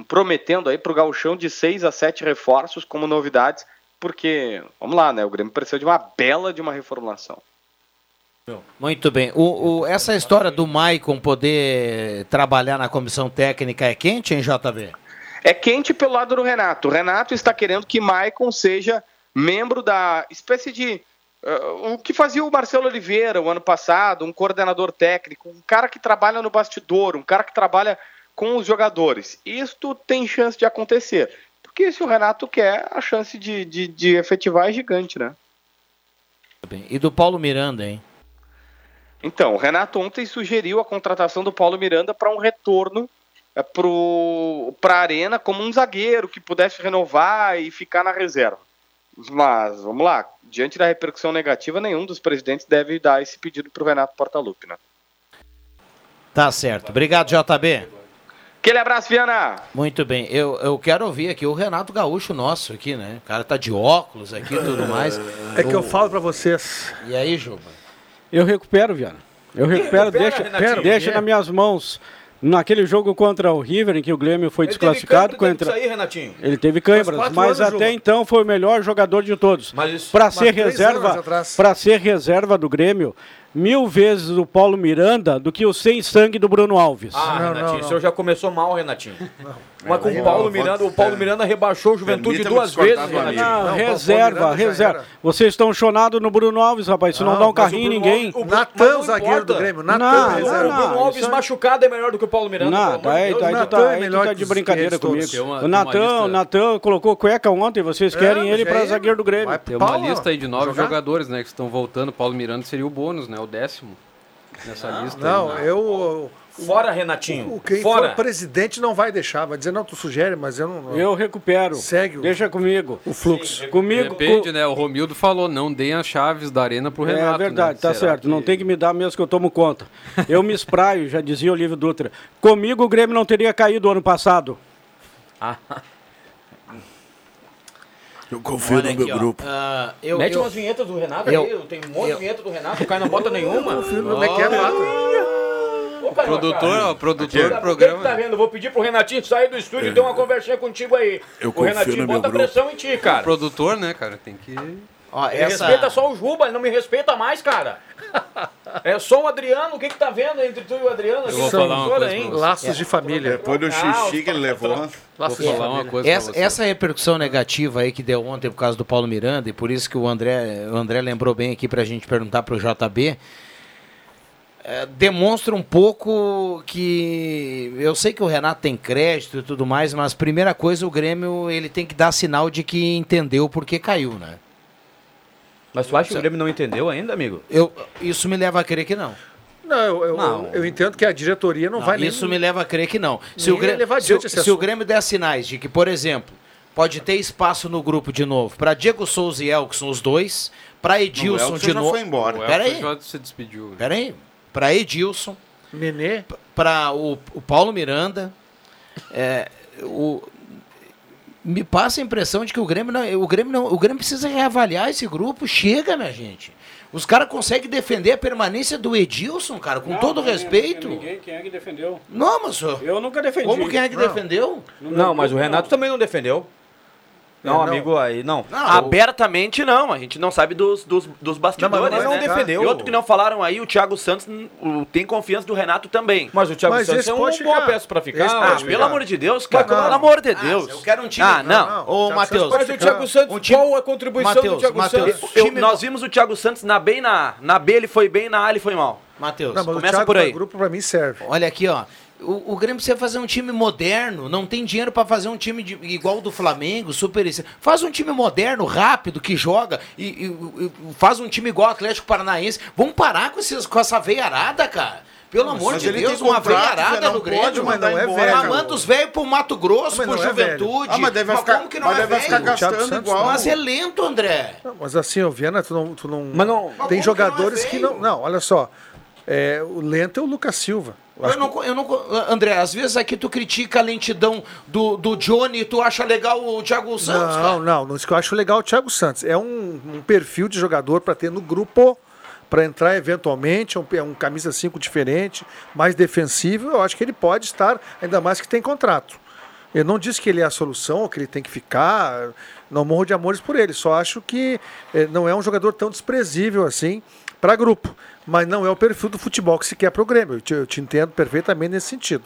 [SPEAKER 13] prometendo aí para o gauchão de 6 a 7 reforços como novidades, porque, vamos lá, né? O Grêmio precisa de uma bela de uma reformulação.
[SPEAKER 3] Muito bem. O, o- essa história do Maicon poder trabalhar na comissão técnica é quente, hein, JB?
[SPEAKER 13] É quente pelo lado do Renato. O Renato está querendo que Maicon seja membro da espécie de. eh, o que fazia o Marcelo Oliveira o ano passado, um coordenador técnico, um cara que trabalha no bastidor, um cara que trabalha com os jogadores. Isto tem chance de acontecer. Porque se o Renato quer, a chance de, de, de efetivar é gigante, né?
[SPEAKER 3] Muito bem. E do Paulo Miranda, hein?
[SPEAKER 13] Então, o Renato ontem sugeriu a contratação do Paulo Miranda para um retorno para a Arena como um zagueiro que pudesse renovar e ficar na reserva. Mas, vamos lá, diante da repercussão negativa, nenhum dos presidentes deve dar esse pedido para o Renato Portaluppi, né?
[SPEAKER 3] Tá certo. Obrigado, JB.
[SPEAKER 13] Aquele abraço, Viana!
[SPEAKER 3] Muito bem. Eu, eu quero ouvir aqui o Renato Gaúcho nosso aqui, né? O cara tá de óculos aqui e tudo mais.
[SPEAKER 12] É que eu
[SPEAKER 3] O-
[SPEAKER 12] falo pra vocês.
[SPEAKER 3] E aí, Juba?
[SPEAKER 6] Eu recupero, Viana. Eu recupero, deixa,
[SPEAKER 9] Renatinho. é.
[SPEAKER 6] deixa nas minhas mãos. Naquele jogo contra o River, em que o Grêmio
[SPEAKER 9] é
[SPEAKER 6] foi desclassificado.
[SPEAKER 9] Quanto tempo
[SPEAKER 6] contra-
[SPEAKER 9] isso aí, Renatinho?
[SPEAKER 6] Ele teve câimbras,
[SPEAKER 9] Faz quatro
[SPEAKER 6] mas
[SPEAKER 9] anos,
[SPEAKER 6] até
[SPEAKER 9] Juba.
[SPEAKER 6] então foi o melhor jogador de todos.
[SPEAKER 9] Mas isso-
[SPEAKER 6] Para
[SPEAKER 9] mas
[SPEAKER 6] ser
[SPEAKER 9] três anos
[SPEAKER 6] reserva,
[SPEAKER 9] atrás.
[SPEAKER 6] para ser reserva do Grêmio, mil vezes o Paulo Miranda do que o sem sangue do Bruno Alves.
[SPEAKER 9] Ah, Renatinho, o senhor já começou mal, Renatinho. Mas com
[SPEAKER 6] Aí
[SPEAKER 9] o
[SPEAKER 6] eu
[SPEAKER 9] Paulo
[SPEAKER 6] vou-
[SPEAKER 9] Miranda, o Paulo Miranda rebaixou o Juventude
[SPEAKER 6] Permita-me
[SPEAKER 9] duas vezes,
[SPEAKER 6] discordar do
[SPEAKER 9] Renatinho.
[SPEAKER 6] amigo. Não, Ah, reserva, reserva. Vocês estão chonados no Bruno Alves, rapaz. Isso não,
[SPEAKER 9] Não,
[SPEAKER 6] dá um
[SPEAKER 9] mas o
[SPEAKER 6] carrinho em
[SPEAKER 9] Bruno
[SPEAKER 6] ninguém.
[SPEAKER 9] Alves- o Bruno- Natan, mas não zagueiro importa. do Grêmio, Natan, Não, reserva. não, não,
[SPEAKER 6] O Bruno Alves
[SPEAKER 9] isso aí-
[SPEAKER 6] machucado é melhor do que o Paulo Miranda.
[SPEAKER 9] pelo
[SPEAKER 6] Não,
[SPEAKER 9] amor de
[SPEAKER 6] daí,
[SPEAKER 9] tá Deus.
[SPEAKER 6] daí, tu
[SPEAKER 9] Natan
[SPEAKER 6] tá,
[SPEAKER 9] é
[SPEAKER 6] aí tu
[SPEAKER 9] melhor
[SPEAKER 6] tá
[SPEAKER 9] que
[SPEAKER 6] de
[SPEAKER 9] os
[SPEAKER 6] brincadeira
[SPEAKER 9] esquerdos todos.
[SPEAKER 6] comigo.
[SPEAKER 9] Tem uma-
[SPEAKER 6] o
[SPEAKER 9] tem uma
[SPEAKER 6] Natan, o
[SPEAKER 9] lista-
[SPEAKER 6] Natan colocou cueca ontem, vocês
[SPEAKER 7] É,
[SPEAKER 6] querem ele pra zagueiro do Grêmio.
[SPEAKER 10] Tem uma lista aí de nove jogadores, né? Que estão voltando. Paulo Miranda seria o bônus, né? O décimo nessa lista.
[SPEAKER 7] Não,
[SPEAKER 10] aí, né?
[SPEAKER 7] eu.
[SPEAKER 9] Fora, Renatinho.
[SPEAKER 7] O, quem
[SPEAKER 10] Fora.
[SPEAKER 7] for presidente não vai deixar. Vai dizer, não, tu sugere, mas eu não.
[SPEAKER 6] Eu recupero.
[SPEAKER 7] Segue.
[SPEAKER 6] Deixa comigo.
[SPEAKER 7] O fluxo.
[SPEAKER 6] Comigo.
[SPEAKER 10] Depende, né? O Romildo falou, não deem as chaves da arena pro Renato.
[SPEAKER 6] é verdade,
[SPEAKER 10] né?
[SPEAKER 6] tá
[SPEAKER 10] Será
[SPEAKER 6] certo. Não tem que me dar mesmo que eu tomo conta. Eu me espraio, já dizia o Olívio Dutra. Comigo o Grêmio não teria caído ano passado.
[SPEAKER 1] Eu confio
[SPEAKER 6] Olha
[SPEAKER 1] no
[SPEAKER 6] aqui,
[SPEAKER 1] meu
[SPEAKER 6] ó.
[SPEAKER 1] grupo.
[SPEAKER 3] Ah, eu,
[SPEAKER 9] Mete
[SPEAKER 3] eu-
[SPEAKER 9] umas vinhetas do Renato
[SPEAKER 3] eu-
[SPEAKER 9] aí. Eu tenho um monte de vinheta do Renato. O cara não bota nenhuma.
[SPEAKER 7] Como é que é, Mata?
[SPEAKER 9] Ô, Carioca,
[SPEAKER 10] Produtor, ó, produtor
[SPEAKER 9] Aqui,
[SPEAKER 10] do
[SPEAKER 9] ó,
[SPEAKER 10] programa.
[SPEAKER 9] quem que tá vendo? Eu Vou pedir pro Renatinho sair do estúdio e ter uma conversinha contigo aí.
[SPEAKER 10] Eu
[SPEAKER 9] o
[SPEAKER 10] confio
[SPEAKER 9] Renatinho
[SPEAKER 10] no meu
[SPEAKER 9] bota
[SPEAKER 10] grupo.
[SPEAKER 9] pressão em ti,
[SPEAKER 10] Cara.
[SPEAKER 9] cara.
[SPEAKER 10] Produtor, né, cara? Tem que.
[SPEAKER 9] Ele respeita só o Juba, ele não me respeita mais, <laughs> cara. É só o Adriano, o que que tá vendo entre tu e o Adriano? aqui na emissora, hein?
[SPEAKER 7] Laços de família.
[SPEAKER 8] Depois do xixi que ele levou.
[SPEAKER 7] Laços de
[SPEAKER 3] É,
[SPEAKER 7] família.
[SPEAKER 3] essa, essa repercussão negativa aí que deu ontem por causa do Paulo Miranda, e por isso que o André, o André lembrou bem aqui pra gente perguntar pro JB, é, demonstra um pouco que. Eu sei que o Renato tem crédito e tudo mais, mas primeira coisa, o Grêmio ele tem que dar sinal de que entendeu porque caiu, né?
[SPEAKER 9] Mas tu acha que o Grêmio não entendeu ainda, amigo?
[SPEAKER 3] Eu, isso me leva a crer que não.
[SPEAKER 7] Não, eu, eu,
[SPEAKER 3] Não.
[SPEAKER 7] eu entendo que a diretoria não,
[SPEAKER 3] Não,
[SPEAKER 7] vai nem.
[SPEAKER 3] isso me leva a crer que não. Se
[SPEAKER 7] nem
[SPEAKER 3] o, Grêmio,
[SPEAKER 7] levar
[SPEAKER 3] se, o-
[SPEAKER 7] adiante esse
[SPEAKER 3] se o
[SPEAKER 7] assunto.
[SPEAKER 3] Grêmio der sinais de que, por exemplo, pode ter espaço no grupo de novo para Diego Souza e Elkson, os dois, para Edilson de novo.
[SPEAKER 10] O
[SPEAKER 3] Pera
[SPEAKER 10] Elton
[SPEAKER 3] aí,
[SPEAKER 10] já se despediu. né?
[SPEAKER 3] pera aí. Para Edilson,
[SPEAKER 7] Nenê.
[SPEAKER 3] para o, o Paulo Miranda. é, o- me passa a impressão de que o Grêmio não, o Grêmio não, o Grêmio precisa reavaliar esse grupo. Chega, minha gente. Os caras conseguem defender a permanência do Edilson, cara, com todo
[SPEAKER 10] é,
[SPEAKER 3] respeito.
[SPEAKER 6] quem é que defendeu?
[SPEAKER 3] Não, mas ô,
[SPEAKER 6] Eu nunca defendi.
[SPEAKER 3] como quem é que
[SPEAKER 6] Não.
[SPEAKER 3] defendeu?
[SPEAKER 9] Não, mas o Renato também não defendeu. É, Não,
[SPEAKER 5] não.
[SPEAKER 9] amigo, aí não.
[SPEAKER 5] Abertamente não, a gente não sabe dos, dos, dos bastidores.
[SPEAKER 9] Não, mas não
[SPEAKER 5] né?
[SPEAKER 9] defendeu.
[SPEAKER 5] E outro que não falaram aí, o Thiago Santos hum, o- tem confiança do Renato também.
[SPEAKER 9] Mas o Thiago Mas Santos esse é uma pode boa ficar. peça pra ficar, Esse pode
[SPEAKER 5] Ah,
[SPEAKER 9] ficar.
[SPEAKER 5] pelo amor de Deus, cara.
[SPEAKER 9] Mas Ah, como-
[SPEAKER 5] Pelo amor de Deus.
[SPEAKER 3] eu quero um time-
[SPEAKER 5] Ah, não.
[SPEAKER 3] Não, não, Ô, o Thiago Matheus, Santos pode
[SPEAKER 9] Mas o Thiago
[SPEAKER 3] ficar.
[SPEAKER 9] Santos,
[SPEAKER 3] Um time-
[SPEAKER 9] qual a contribuição do
[SPEAKER 3] Matheus,
[SPEAKER 9] Thiago
[SPEAKER 3] Matheus,
[SPEAKER 9] Santos?
[SPEAKER 5] Eu- nós vimos o Thiago Santos na B e na A. Na B ele foi bem, na A ele foi mal.
[SPEAKER 3] Matheus,
[SPEAKER 7] Não, mas o
[SPEAKER 8] Tá
[SPEAKER 5] começa
[SPEAKER 7] Thiago
[SPEAKER 5] por
[SPEAKER 7] pra
[SPEAKER 5] aí.
[SPEAKER 7] grupo pra mim serve.
[SPEAKER 3] Olha aqui, ó. O, o Grêmio precisa fazer um time moderno, não tem dinheiro para fazer um time de- igual o do Flamengo, super. esse- Faz um time moderno, rápido, que joga, e, e- e faz um time igual o Atlético Paranaense. Vamos parar com, esses, com essa veiarada, cara. Pelo
[SPEAKER 8] Mas
[SPEAKER 3] amor de
[SPEAKER 8] ele tem
[SPEAKER 3] Deus, uma
[SPEAKER 8] contrato, Zé,
[SPEAKER 3] veiarada
[SPEAKER 8] não
[SPEAKER 3] no Grêmio.
[SPEAKER 8] pode mandar
[SPEAKER 3] Mas
[SPEAKER 8] embora, cara.
[SPEAKER 3] manda os velhos pro Mato Grosso,
[SPEAKER 8] Mas
[SPEAKER 3] pro
[SPEAKER 8] não é velho.
[SPEAKER 3] Juventude.
[SPEAKER 8] Ah, mas daí vai ficar-
[SPEAKER 3] como que não
[SPEAKER 8] mas
[SPEAKER 3] é
[SPEAKER 8] daí vai
[SPEAKER 3] velho?
[SPEAKER 8] ficar gastando
[SPEAKER 3] Thiago Santos,
[SPEAKER 8] igual.
[SPEAKER 3] Mas é lento, André.
[SPEAKER 7] Não, mas assim, ô Viana, tu não. Tu não,
[SPEAKER 9] não-
[SPEAKER 3] Mas como
[SPEAKER 7] tem
[SPEAKER 3] que
[SPEAKER 7] jogadores
[SPEAKER 3] não é
[SPEAKER 7] que
[SPEAKER 3] velho?
[SPEAKER 7] não. Não, olha só. É, o lento é o Lucas Silva. Eu
[SPEAKER 3] Eu
[SPEAKER 7] acho
[SPEAKER 3] não, co- eu não, co- André, às vezes aqui tu critica a lentidão do, do Johnny e tu acha legal o Thiago Santos.
[SPEAKER 7] Não, não, não. Isso que eu acho legal o Thiago Santos. É um, um perfil de jogador para ter no grupo, para entrar eventualmente, é um, é um camisa 5 diferente, mais defensivo. Eu acho que ele pode estar, ainda mais que tem contrato. Eu não disse que ele é a solução, ou que ele tem que ficar, não morro de amores por ele. Só acho que eh, não é um jogador tão desprezível assim para grupo. Mas não é o perfil do futebol que se quer para o Grêmio. Eu te, eu te entendo perfeitamente nesse sentido.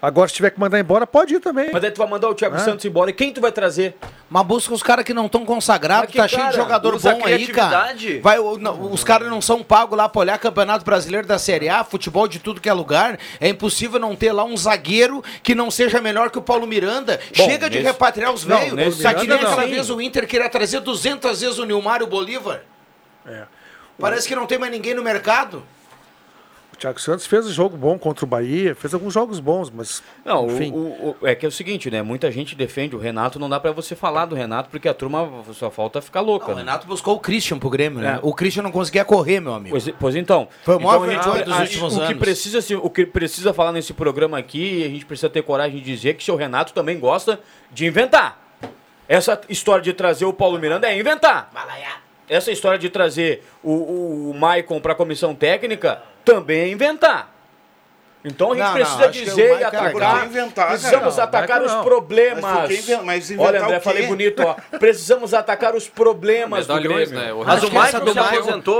[SPEAKER 7] Agora, se tiver que mandar embora, pode ir também.
[SPEAKER 9] Mas daí tu vai mandar o Thiago Santos embora. E quem tu vai trazer?
[SPEAKER 3] Mas busca os caras que não estão consagrados, tá cheio de jogador bom aí, cara. Vai, o- não, os caras não são pagos lá pra olhar Campeonato Brasileiro da Série A, futebol de tudo que é lugar. É impossível não ter lá um zagueiro que não seja melhor que o Paulo Miranda.
[SPEAKER 9] Bom,
[SPEAKER 3] Chega de
[SPEAKER 9] nesse-
[SPEAKER 3] repatriar os
[SPEAKER 9] Não,
[SPEAKER 3] velhos.
[SPEAKER 9] nesse
[SPEAKER 3] Tá que nem
[SPEAKER 9] Miranda,
[SPEAKER 3] aquela
[SPEAKER 9] não.
[SPEAKER 3] vez o Inter queria trazer 200 vezes o Nilmar e o Bolívar.
[SPEAKER 7] É.
[SPEAKER 3] Parece que não tem mais ninguém no mercado.
[SPEAKER 7] O Thiago Santos fez um jogo bom contra o Bahia, fez alguns jogos bons, mas.
[SPEAKER 9] Não, o-
[SPEAKER 7] enfim.
[SPEAKER 9] o- o- é que é o seguinte, né? Muita gente defende o Renato, não dá pra você falar do Renato, porque a turma só falta ficar louca. né?
[SPEAKER 3] O Renato buscou o Christian pro Grêmio, né?
[SPEAKER 9] É.
[SPEAKER 3] O Christian não conseguia correr, meu amigo.
[SPEAKER 9] Pois, pois então.
[SPEAKER 3] Foi o
[SPEAKER 9] então,
[SPEAKER 3] maior
[SPEAKER 9] a gente
[SPEAKER 3] vergonha
[SPEAKER 9] vai-
[SPEAKER 3] dos
[SPEAKER 9] a-
[SPEAKER 3] últimos
[SPEAKER 9] o Que
[SPEAKER 3] anos.
[SPEAKER 9] precisa, se- o que precisa falar nesse programa aqui, a gente precisa ter coragem de dizer que o seu Renato também gosta de inventar. Essa história de trazer o Paulo Miranda é inventar. Essa história de trazer o, o, o Maicon para a comissão técnica também é inventar. Então a gente
[SPEAKER 8] Não, não,
[SPEAKER 9] precisa
[SPEAKER 8] acho que o
[SPEAKER 9] dizer e
[SPEAKER 8] Maicon é
[SPEAKER 9] atacar.
[SPEAKER 8] legal. Inventar, cara.
[SPEAKER 9] precisamos
[SPEAKER 8] Não,
[SPEAKER 9] atacar
[SPEAKER 8] Maicon
[SPEAKER 9] os
[SPEAKER 8] não.
[SPEAKER 9] problemas.
[SPEAKER 8] Mas por que inven- mas inventar
[SPEAKER 9] Olha, André,
[SPEAKER 8] o quê?
[SPEAKER 9] falei bonito, ó. Precisamos atacar os problemas do
[SPEAKER 10] Medalhões,
[SPEAKER 9] Grêmio.
[SPEAKER 10] né? O
[SPEAKER 3] Acho que essa do Maicon-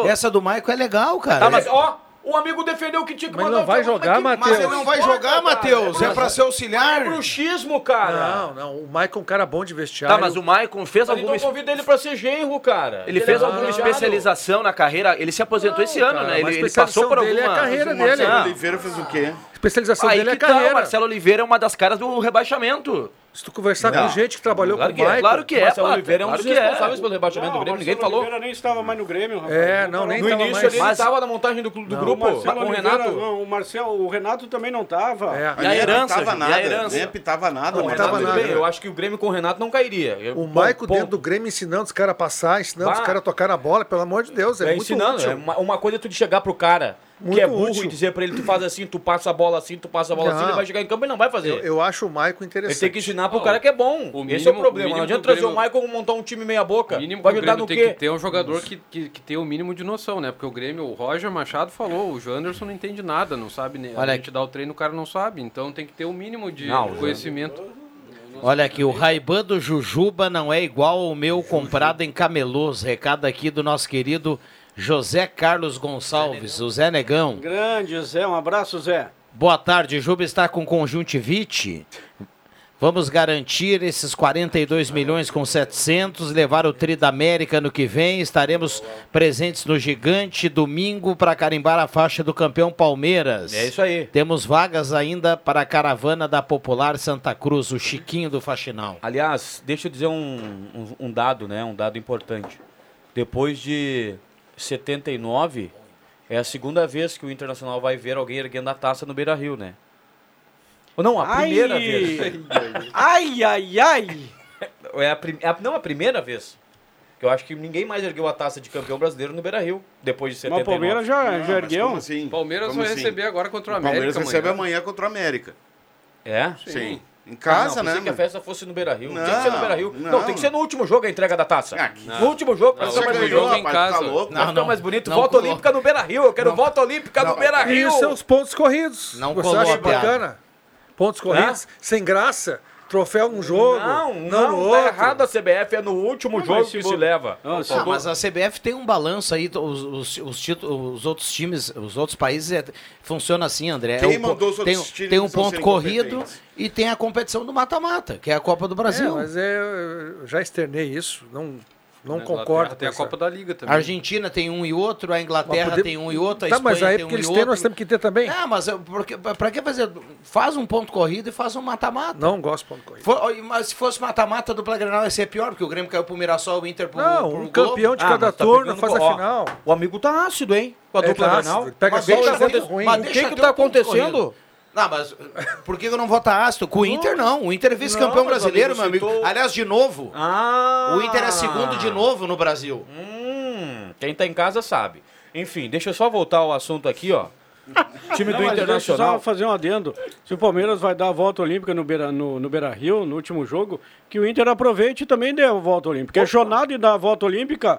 [SPEAKER 3] Essa do Maicon é legal, cara.
[SPEAKER 9] Tá, mas ó, o amigo defendeu que tinha que
[SPEAKER 7] Mas
[SPEAKER 9] mandar um
[SPEAKER 7] não vai
[SPEAKER 9] o Thiago
[SPEAKER 7] jogar,
[SPEAKER 9] daqui.
[SPEAKER 7] Matheus.
[SPEAKER 3] Mas ele não vai jogar, Matheus. É pra ser auxiliar.
[SPEAKER 9] É bruxismo, cara.
[SPEAKER 7] Não, não. O Maicon é um cara bom de vestiário.
[SPEAKER 5] Tá, mas o Maicon fez
[SPEAKER 9] Mas
[SPEAKER 5] alguma
[SPEAKER 9] então convida ele pra ser genro, cara. é
[SPEAKER 5] Ele fez alguma
[SPEAKER 9] alojado.
[SPEAKER 5] especialização na carreira? Ele se aposentou esse ano,
[SPEAKER 7] cara,
[SPEAKER 5] né?
[SPEAKER 7] mas
[SPEAKER 5] Ele,
[SPEAKER 7] a
[SPEAKER 5] ele
[SPEAKER 7] especialização
[SPEAKER 5] passou por
[SPEAKER 7] dele é
[SPEAKER 5] alguma...
[SPEAKER 7] a carreira
[SPEAKER 5] o Marcelo
[SPEAKER 7] dele.
[SPEAKER 5] Oliveira-
[SPEAKER 8] um Oliveira fez o quê?
[SPEAKER 7] A especialização
[SPEAKER 5] Aí
[SPEAKER 7] dele é
[SPEAKER 5] que
[SPEAKER 7] a
[SPEAKER 5] tá, o
[SPEAKER 7] carreira.
[SPEAKER 5] Marcelo Oliveira é uma das caras do rebaixamento.
[SPEAKER 7] Se tu conversar
[SPEAKER 5] Não.
[SPEAKER 7] com gente que trabalhou
[SPEAKER 5] Claro
[SPEAKER 7] com
[SPEAKER 5] que
[SPEAKER 7] o
[SPEAKER 5] é,
[SPEAKER 7] Maicon.
[SPEAKER 5] claro que é,
[SPEAKER 9] Marcelo
[SPEAKER 5] Pata,
[SPEAKER 9] Oliveira é um
[SPEAKER 5] claro
[SPEAKER 9] dos
[SPEAKER 5] que é.
[SPEAKER 9] responsávelos pelo rebaixamento do Grêmio, ninguém falou.
[SPEAKER 11] Oliveira nem estava mais no Grêmio, rapaz.
[SPEAKER 7] É, não, nem
[SPEAKER 11] no
[SPEAKER 7] tava
[SPEAKER 11] início
[SPEAKER 7] mais.
[SPEAKER 11] ele
[SPEAKER 9] Ele
[SPEAKER 11] estava
[SPEAKER 9] estava na montagem do, clu- do grupo,
[SPEAKER 11] Marcelo
[SPEAKER 9] com o
[SPEAKER 11] Oliveira,
[SPEAKER 9] Renato.
[SPEAKER 11] não, o Marcelo, o Renato também não estava.
[SPEAKER 7] É.
[SPEAKER 5] E a herança,
[SPEAKER 8] Não pitava
[SPEAKER 5] gente, e
[SPEAKER 8] nada,
[SPEAKER 5] a herança.
[SPEAKER 8] Nem pitava nada,
[SPEAKER 9] Não,
[SPEAKER 8] mas
[SPEAKER 9] Renato,
[SPEAKER 7] tava
[SPEAKER 9] tudo
[SPEAKER 7] nada.
[SPEAKER 9] bem, eu acho que o Grêmio com o Renato não cairia. Eu-
[SPEAKER 7] O
[SPEAKER 9] bom,
[SPEAKER 7] Maicon
[SPEAKER 9] bom.
[SPEAKER 7] dentro do Grêmio ensinando os caras a passar, ensinando
[SPEAKER 9] Bah.
[SPEAKER 7] os caras a tocar na bola, pelo amor de Deus. É,
[SPEAKER 9] É
[SPEAKER 7] muito
[SPEAKER 9] ensinando,
[SPEAKER 7] útil.
[SPEAKER 9] é uma, uma coisa é tu chegar pro cara que
[SPEAKER 7] Muito
[SPEAKER 9] é burro
[SPEAKER 7] útil.
[SPEAKER 9] e dizer pra ele, tu faz assim, tu passa a bola assim, tu passa a bola assim,
[SPEAKER 7] Não.
[SPEAKER 9] ele vai chegar em campo e não vai fazer.
[SPEAKER 7] Eu, eu acho o Maicon
[SPEAKER 9] Ele
[SPEAKER 7] interessante.
[SPEAKER 9] tem que ensinar pro cara que é bom.
[SPEAKER 10] O
[SPEAKER 9] Esse é o
[SPEAKER 10] mínimo-
[SPEAKER 9] problema.
[SPEAKER 10] o mínimo
[SPEAKER 9] não adianta
[SPEAKER 10] do
[SPEAKER 9] trazer o
[SPEAKER 10] Grêmio-
[SPEAKER 9] Michael montão um time meia boca.
[SPEAKER 10] O mínimo
[SPEAKER 9] vai
[SPEAKER 10] que o
[SPEAKER 9] ajudar
[SPEAKER 10] Grêmio
[SPEAKER 9] no
[SPEAKER 10] tem
[SPEAKER 9] quê?
[SPEAKER 10] que ter um jogador que, que, que tem o mínimo de noção, né? Porque o Grêmio, o Roger Machado falou, o Janderson não entende nada, não sabe. nem
[SPEAKER 3] Olha
[SPEAKER 10] a gente dá o treino, o cara não sabe. Então tem que ter o mínimo de
[SPEAKER 9] Não, o
[SPEAKER 10] conhecimento.
[SPEAKER 3] Olha aqui, o Raiban do Jujuba não é igual ao meu comprado em Camelôs. Recado aqui do nosso querido José Carlos Gonçalves, o Zé Negão.
[SPEAKER 11] Grande, Zé. Um abraço, Zé.
[SPEAKER 3] Boa tarde, Juba está com conjuntivite. Vamos garantir esses 42 milhões com 700, levar o Tri da América no que vem. Estaremos presentes no Gigante domingo para carimbar a faixa do campeão Palmeiras.
[SPEAKER 9] É isso aí.
[SPEAKER 3] Temos vagas ainda para a caravana da Popular Santa Cruz, o Chiquinho do Faxinal.
[SPEAKER 8] Ah,
[SPEAKER 9] Aliás, deixa eu dizer um, um- um dado, né? Um dado importante. Depois de 79, é a segunda vez que o Internacional vai ver alguém erguendo a taça no Beira Rio, né? Ou não, a
[SPEAKER 11] Ai!
[SPEAKER 9] primeira vez.
[SPEAKER 11] Ai, ai, ai.
[SPEAKER 9] É a prim- é a- não, a primeira vez. Eu acho que ninguém mais ergueu a taça de campeão brasileiro no Beira Rio, depois de
[SPEAKER 11] Mas
[SPEAKER 9] 79.
[SPEAKER 11] o Palmeiras já,
[SPEAKER 8] Não,
[SPEAKER 11] já
[SPEAKER 8] mas
[SPEAKER 11] ergueu.
[SPEAKER 8] como assim?
[SPEAKER 10] Palmeiras
[SPEAKER 8] Como
[SPEAKER 10] vai
[SPEAKER 8] assim?
[SPEAKER 10] receber agora contra o
[SPEAKER 8] O
[SPEAKER 10] América.
[SPEAKER 8] Palmeiras recebe
[SPEAKER 10] amanhã.
[SPEAKER 8] amanhã contra o América.
[SPEAKER 9] É?
[SPEAKER 8] Sim.
[SPEAKER 10] Sim.
[SPEAKER 8] Em
[SPEAKER 9] Ah,
[SPEAKER 8] casa,
[SPEAKER 9] não,
[SPEAKER 8] né?
[SPEAKER 9] pensei que a
[SPEAKER 8] mano?
[SPEAKER 9] festa fosse no Beira Rio.
[SPEAKER 8] Não,
[SPEAKER 9] tem que ser no Beira Rio. Não,
[SPEAKER 8] não.
[SPEAKER 9] tem que ser no último jogo a entrega da taça.
[SPEAKER 8] Ah, que-
[SPEAKER 9] No último jogo, pra
[SPEAKER 10] Não,
[SPEAKER 9] ficar
[SPEAKER 8] Você
[SPEAKER 9] mais
[SPEAKER 10] mas
[SPEAKER 8] ganhou,
[SPEAKER 10] jogo
[SPEAKER 9] bonito.
[SPEAKER 10] em
[SPEAKER 8] rapaz, tá
[SPEAKER 10] casa.
[SPEAKER 8] louco?
[SPEAKER 9] Pra
[SPEAKER 3] Não,
[SPEAKER 9] ficar
[SPEAKER 3] não.
[SPEAKER 9] mais bonito,
[SPEAKER 3] Não
[SPEAKER 9] volta
[SPEAKER 3] coloca.
[SPEAKER 9] olímpica no Beira Rio. Eu quero volta olímpica no Beira Rio.
[SPEAKER 7] Isso é um são os pontos corridos.
[SPEAKER 3] Não
[SPEAKER 7] Você
[SPEAKER 3] colou a
[SPEAKER 7] acha
[SPEAKER 3] piada.
[SPEAKER 7] bacana? Pontos corridos, sem graça, troféu num jogo,
[SPEAKER 9] Não, não,
[SPEAKER 7] no
[SPEAKER 9] tá
[SPEAKER 7] outro.
[SPEAKER 9] errado a CBF, é no último
[SPEAKER 11] Não,
[SPEAKER 9] jogo
[SPEAKER 11] mas se
[SPEAKER 9] que
[SPEAKER 11] bo-
[SPEAKER 9] se leva.
[SPEAKER 11] Não, se
[SPEAKER 3] Ah,
[SPEAKER 11] bo-
[SPEAKER 3] mas a CBF tem um balanço aí, os, os, os títulos- os outros times, os outros países, é- funciona assim, André.
[SPEAKER 8] Quem
[SPEAKER 3] É um po-
[SPEAKER 8] mandou os outros
[SPEAKER 3] tem, um-
[SPEAKER 8] times
[SPEAKER 3] tem um
[SPEAKER 8] não
[SPEAKER 3] ponto
[SPEAKER 8] serem
[SPEAKER 3] corrido
[SPEAKER 8] competentes?
[SPEAKER 3] e tem a competição do mata-mata, que é a Copa do
[SPEAKER 7] É,
[SPEAKER 3] Brasil.
[SPEAKER 7] mas é, eu já externei isso. Não,
[SPEAKER 12] Não concordo.
[SPEAKER 10] Tem a Copa da Liga também.
[SPEAKER 3] A Argentina tem um e outro, a Inglaterra
[SPEAKER 12] Mas pode-
[SPEAKER 3] tem um e outro, a
[SPEAKER 12] Tá,
[SPEAKER 3] Espanha
[SPEAKER 12] mas aí
[SPEAKER 3] tem um
[SPEAKER 12] porque
[SPEAKER 3] e
[SPEAKER 12] eles
[SPEAKER 3] outro.
[SPEAKER 12] têm, nós temos que ter também.
[SPEAKER 3] Ah, mas eu- porque- pra que fazer? Faz um ponto corrido e faz um mata-mata.
[SPEAKER 12] Não gosto de ponto corrido.
[SPEAKER 3] Fo- ó, Mas se fosse mata-mata do Grenal ia ser pior, porque o Grêmio caiu pro Mirassol, o Inter pro
[SPEAKER 12] Não,
[SPEAKER 3] pro
[SPEAKER 12] um
[SPEAKER 3] Globo.
[SPEAKER 12] campeão de cada
[SPEAKER 9] mas tá
[SPEAKER 12] turno
[SPEAKER 9] pegando
[SPEAKER 12] faz
[SPEAKER 9] co- ó,
[SPEAKER 12] a final.
[SPEAKER 9] O amigo tá ácido, hein? Com a
[SPEAKER 12] É,
[SPEAKER 9] dupla
[SPEAKER 12] tá
[SPEAKER 9] Grenal.
[SPEAKER 12] ácido, pega
[SPEAKER 9] Mas
[SPEAKER 12] sol,
[SPEAKER 9] deixa
[SPEAKER 12] tá sendo
[SPEAKER 9] acontecer-
[SPEAKER 12] ruim.
[SPEAKER 9] Mas
[SPEAKER 3] Mas
[SPEAKER 9] um o
[SPEAKER 3] deixa
[SPEAKER 9] que que
[SPEAKER 3] ter
[SPEAKER 9] tá
[SPEAKER 3] um ponto
[SPEAKER 9] acontecendo?
[SPEAKER 3] corrido. Não, mas eh, por que que eu não vou estar ácido? Com o Inter, não. O Inter é
[SPEAKER 9] Não,
[SPEAKER 3] vice-campeão
[SPEAKER 9] mas o
[SPEAKER 3] brasileiro, meu
[SPEAKER 9] amigo
[SPEAKER 3] amigo.
[SPEAKER 9] citou-
[SPEAKER 3] Aliás, de novo.
[SPEAKER 9] Ah.
[SPEAKER 3] O Inter é segundo de novo no Brasil.
[SPEAKER 9] Hum, quem tá em casa sabe. Enfim, deixa eu só voltar ao assunto aqui, ó. Time
[SPEAKER 11] Não,
[SPEAKER 9] do
[SPEAKER 11] mas deixa eu Só
[SPEAKER 9] Internacional.
[SPEAKER 11] fazer um adendo. Se o Palmeiras vai dar a volta olímpica no Beira, no, no Beira Rio, no último jogo, que o Inter aproveite e também dê a volta olímpica. É chonado e dá a volta olímpica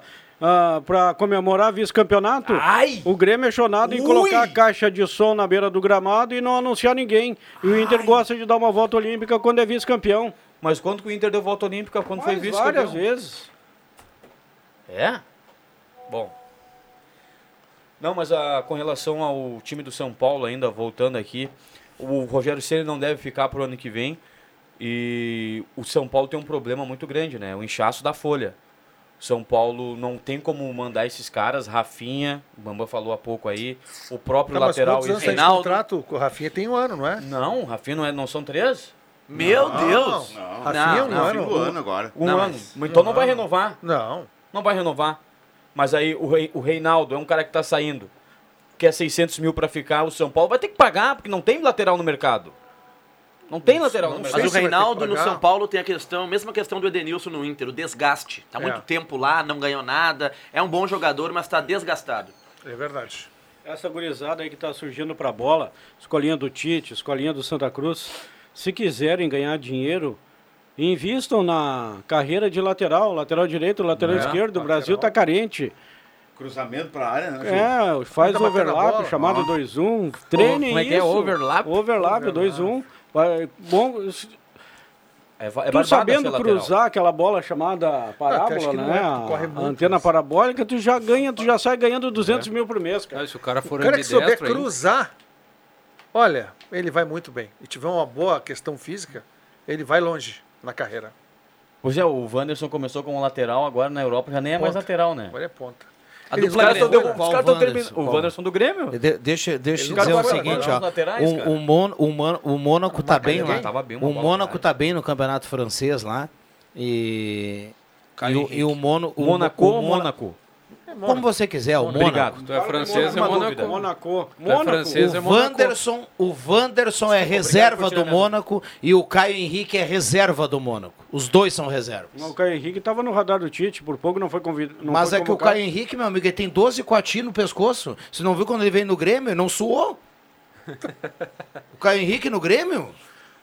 [SPEAKER 11] para comemorar vice-campeonato.
[SPEAKER 9] Ai!
[SPEAKER 11] O Grêmio é chonado em
[SPEAKER 9] Ui!
[SPEAKER 11] colocar a caixa de som na beira do gramado e não anunciar ninguém. E o Inter gosta de dar uma volta olímpica quando é vice-campeão.
[SPEAKER 9] Mas quando que o Inter deu volta olímpica? Quando foi
[SPEAKER 11] Mas
[SPEAKER 9] vice
[SPEAKER 11] Várias vezes.
[SPEAKER 9] É? Bom. Não, mas a, com relação ao time do São Paulo, ainda voltando aqui, o Rogério Ceni não deve ficar pro ano que vem. E o São Paulo tem um problema muito grande, né? O inchaço da folha. São Paulo não tem como mandar esses caras, Rafinha, o Bamba falou há pouco aí, o próprio
[SPEAKER 12] Tá, mas
[SPEAKER 9] lateral
[SPEAKER 12] quantos anos tem de
[SPEAKER 9] Reinaldo.
[SPEAKER 12] contrato com o Rafinha? Tem um ano, não é?
[SPEAKER 9] Não, Rafinha não, é, não são três?
[SPEAKER 5] Meu
[SPEAKER 12] Não,
[SPEAKER 5] Deus!
[SPEAKER 12] não. Rafinha é um
[SPEAKER 8] Não,
[SPEAKER 12] ano.
[SPEAKER 8] fica um ano agora.
[SPEAKER 9] Um
[SPEAKER 5] Não,
[SPEAKER 9] ano.
[SPEAKER 5] mas-
[SPEAKER 9] Então não vai renovar.
[SPEAKER 12] Não.
[SPEAKER 9] Não vai renovar. Mas aí o, Rei- o Reinaldo é um cara que tá saindo. Quer 600 mil pra ficar, o São Paulo vai ter que pagar, porque não tem lateral no mercado. Não tem lateral no mercado.
[SPEAKER 5] Mas o
[SPEAKER 12] vai ter que
[SPEAKER 5] Reinaldo no
[SPEAKER 12] pagar.
[SPEAKER 5] São Paulo tem a questão, mesma questão do Edenilson no Inter, o desgaste. Tá muito
[SPEAKER 12] É.
[SPEAKER 5] tempo lá, não ganhou nada, é um bom jogador, mas tá desgastado.
[SPEAKER 12] É verdade.
[SPEAKER 11] Essa gurizada aí que está surgindo para a bola, escolinha do Tite, escolinha do Santa Cruz, se quiserem ganhar dinheiro, invistam na carreira de lateral, lateral direito, lateral
[SPEAKER 9] É,
[SPEAKER 11] esquerdo. O Brasil está carente.
[SPEAKER 8] Cruzamento pra área, né? Ju?
[SPEAKER 11] É, faz
[SPEAKER 12] Tenta bater na
[SPEAKER 11] overlap,
[SPEAKER 12] bola.
[SPEAKER 11] chamado 2-1, treine
[SPEAKER 9] Como é que é?
[SPEAKER 11] isso.
[SPEAKER 9] Overlap?
[SPEAKER 11] Overlap, 2-1. Vai- Bom, se-
[SPEAKER 9] É, va- é
[SPEAKER 11] tu
[SPEAKER 9] barbada
[SPEAKER 11] sabendo
[SPEAKER 9] ser lateral.
[SPEAKER 11] cruzar aquela bola chamada
[SPEAKER 12] acho
[SPEAKER 11] parábola,
[SPEAKER 12] que não
[SPEAKER 11] né?
[SPEAKER 12] é, tu corre
[SPEAKER 11] a
[SPEAKER 12] muito,
[SPEAKER 11] antena
[SPEAKER 12] mas-
[SPEAKER 11] parabólica, tu já ganha, tu já sai ganhando 200 mil por mês, cara.
[SPEAKER 10] Ah, se o cara for
[SPEAKER 12] O cara que souber
[SPEAKER 10] ambidestro, hein?
[SPEAKER 12] cruzar, olha, ele vai muito bem. E tiver uma boa questão física, ele vai longe na carreira.
[SPEAKER 9] Pois é, o Wanderson começou como lateral, agora na Europa já nem é mais
[SPEAKER 12] Ponta.
[SPEAKER 9] lateral, né?
[SPEAKER 12] Agora é ponta.
[SPEAKER 9] A
[SPEAKER 12] Eles
[SPEAKER 9] dupla- os caras
[SPEAKER 12] vão-
[SPEAKER 9] tão derru-
[SPEAKER 3] Qual
[SPEAKER 9] os caras tão
[SPEAKER 3] Wanderson?
[SPEAKER 9] terminando. O
[SPEAKER 3] Qual?
[SPEAKER 9] Wanderson do Grêmio?
[SPEAKER 3] De- deixa deixa eu
[SPEAKER 12] Ele
[SPEAKER 3] dizer
[SPEAKER 12] não
[SPEAKER 3] o
[SPEAKER 12] vai
[SPEAKER 9] agora,
[SPEAKER 3] seguinte,
[SPEAKER 9] não,
[SPEAKER 3] ó.
[SPEAKER 9] os laterais,
[SPEAKER 3] o,
[SPEAKER 9] cara.
[SPEAKER 3] o, Mon, o, Mon, o Mônaco tá bem lá.
[SPEAKER 9] ninguém. Tava bem uma
[SPEAKER 3] o
[SPEAKER 9] bola,
[SPEAKER 3] Mônaco
[SPEAKER 9] cara.
[SPEAKER 3] tá bem no campeonato francês lá. E. E o, e o Mono. o-
[SPEAKER 9] Monaco
[SPEAKER 3] o
[SPEAKER 9] ou
[SPEAKER 3] Mona-
[SPEAKER 9] Mônaco?
[SPEAKER 3] Como você quiser, o Mônaco.
[SPEAKER 9] Obrigado.
[SPEAKER 10] Tu é francês, é
[SPEAKER 9] Uma
[SPEAKER 10] Monaco.
[SPEAKER 11] Monaco.
[SPEAKER 10] Tu é francês, é
[SPEAKER 3] O
[SPEAKER 10] Monaco.
[SPEAKER 3] Wanderson, o Wanderson é reserva do Mônaco e o Caio Henrique é reserva do Mônaco. Os dois são reservas.
[SPEAKER 11] O Caio Henrique estava no radar do Tite, por pouco não foi convidado.
[SPEAKER 3] Mas é que o Caio Henrique, meu amigo, ele tem 12 coati no pescoço. Você não viu quando ele veio no Grêmio? Ele Não suou? o Caio Henrique no Grêmio?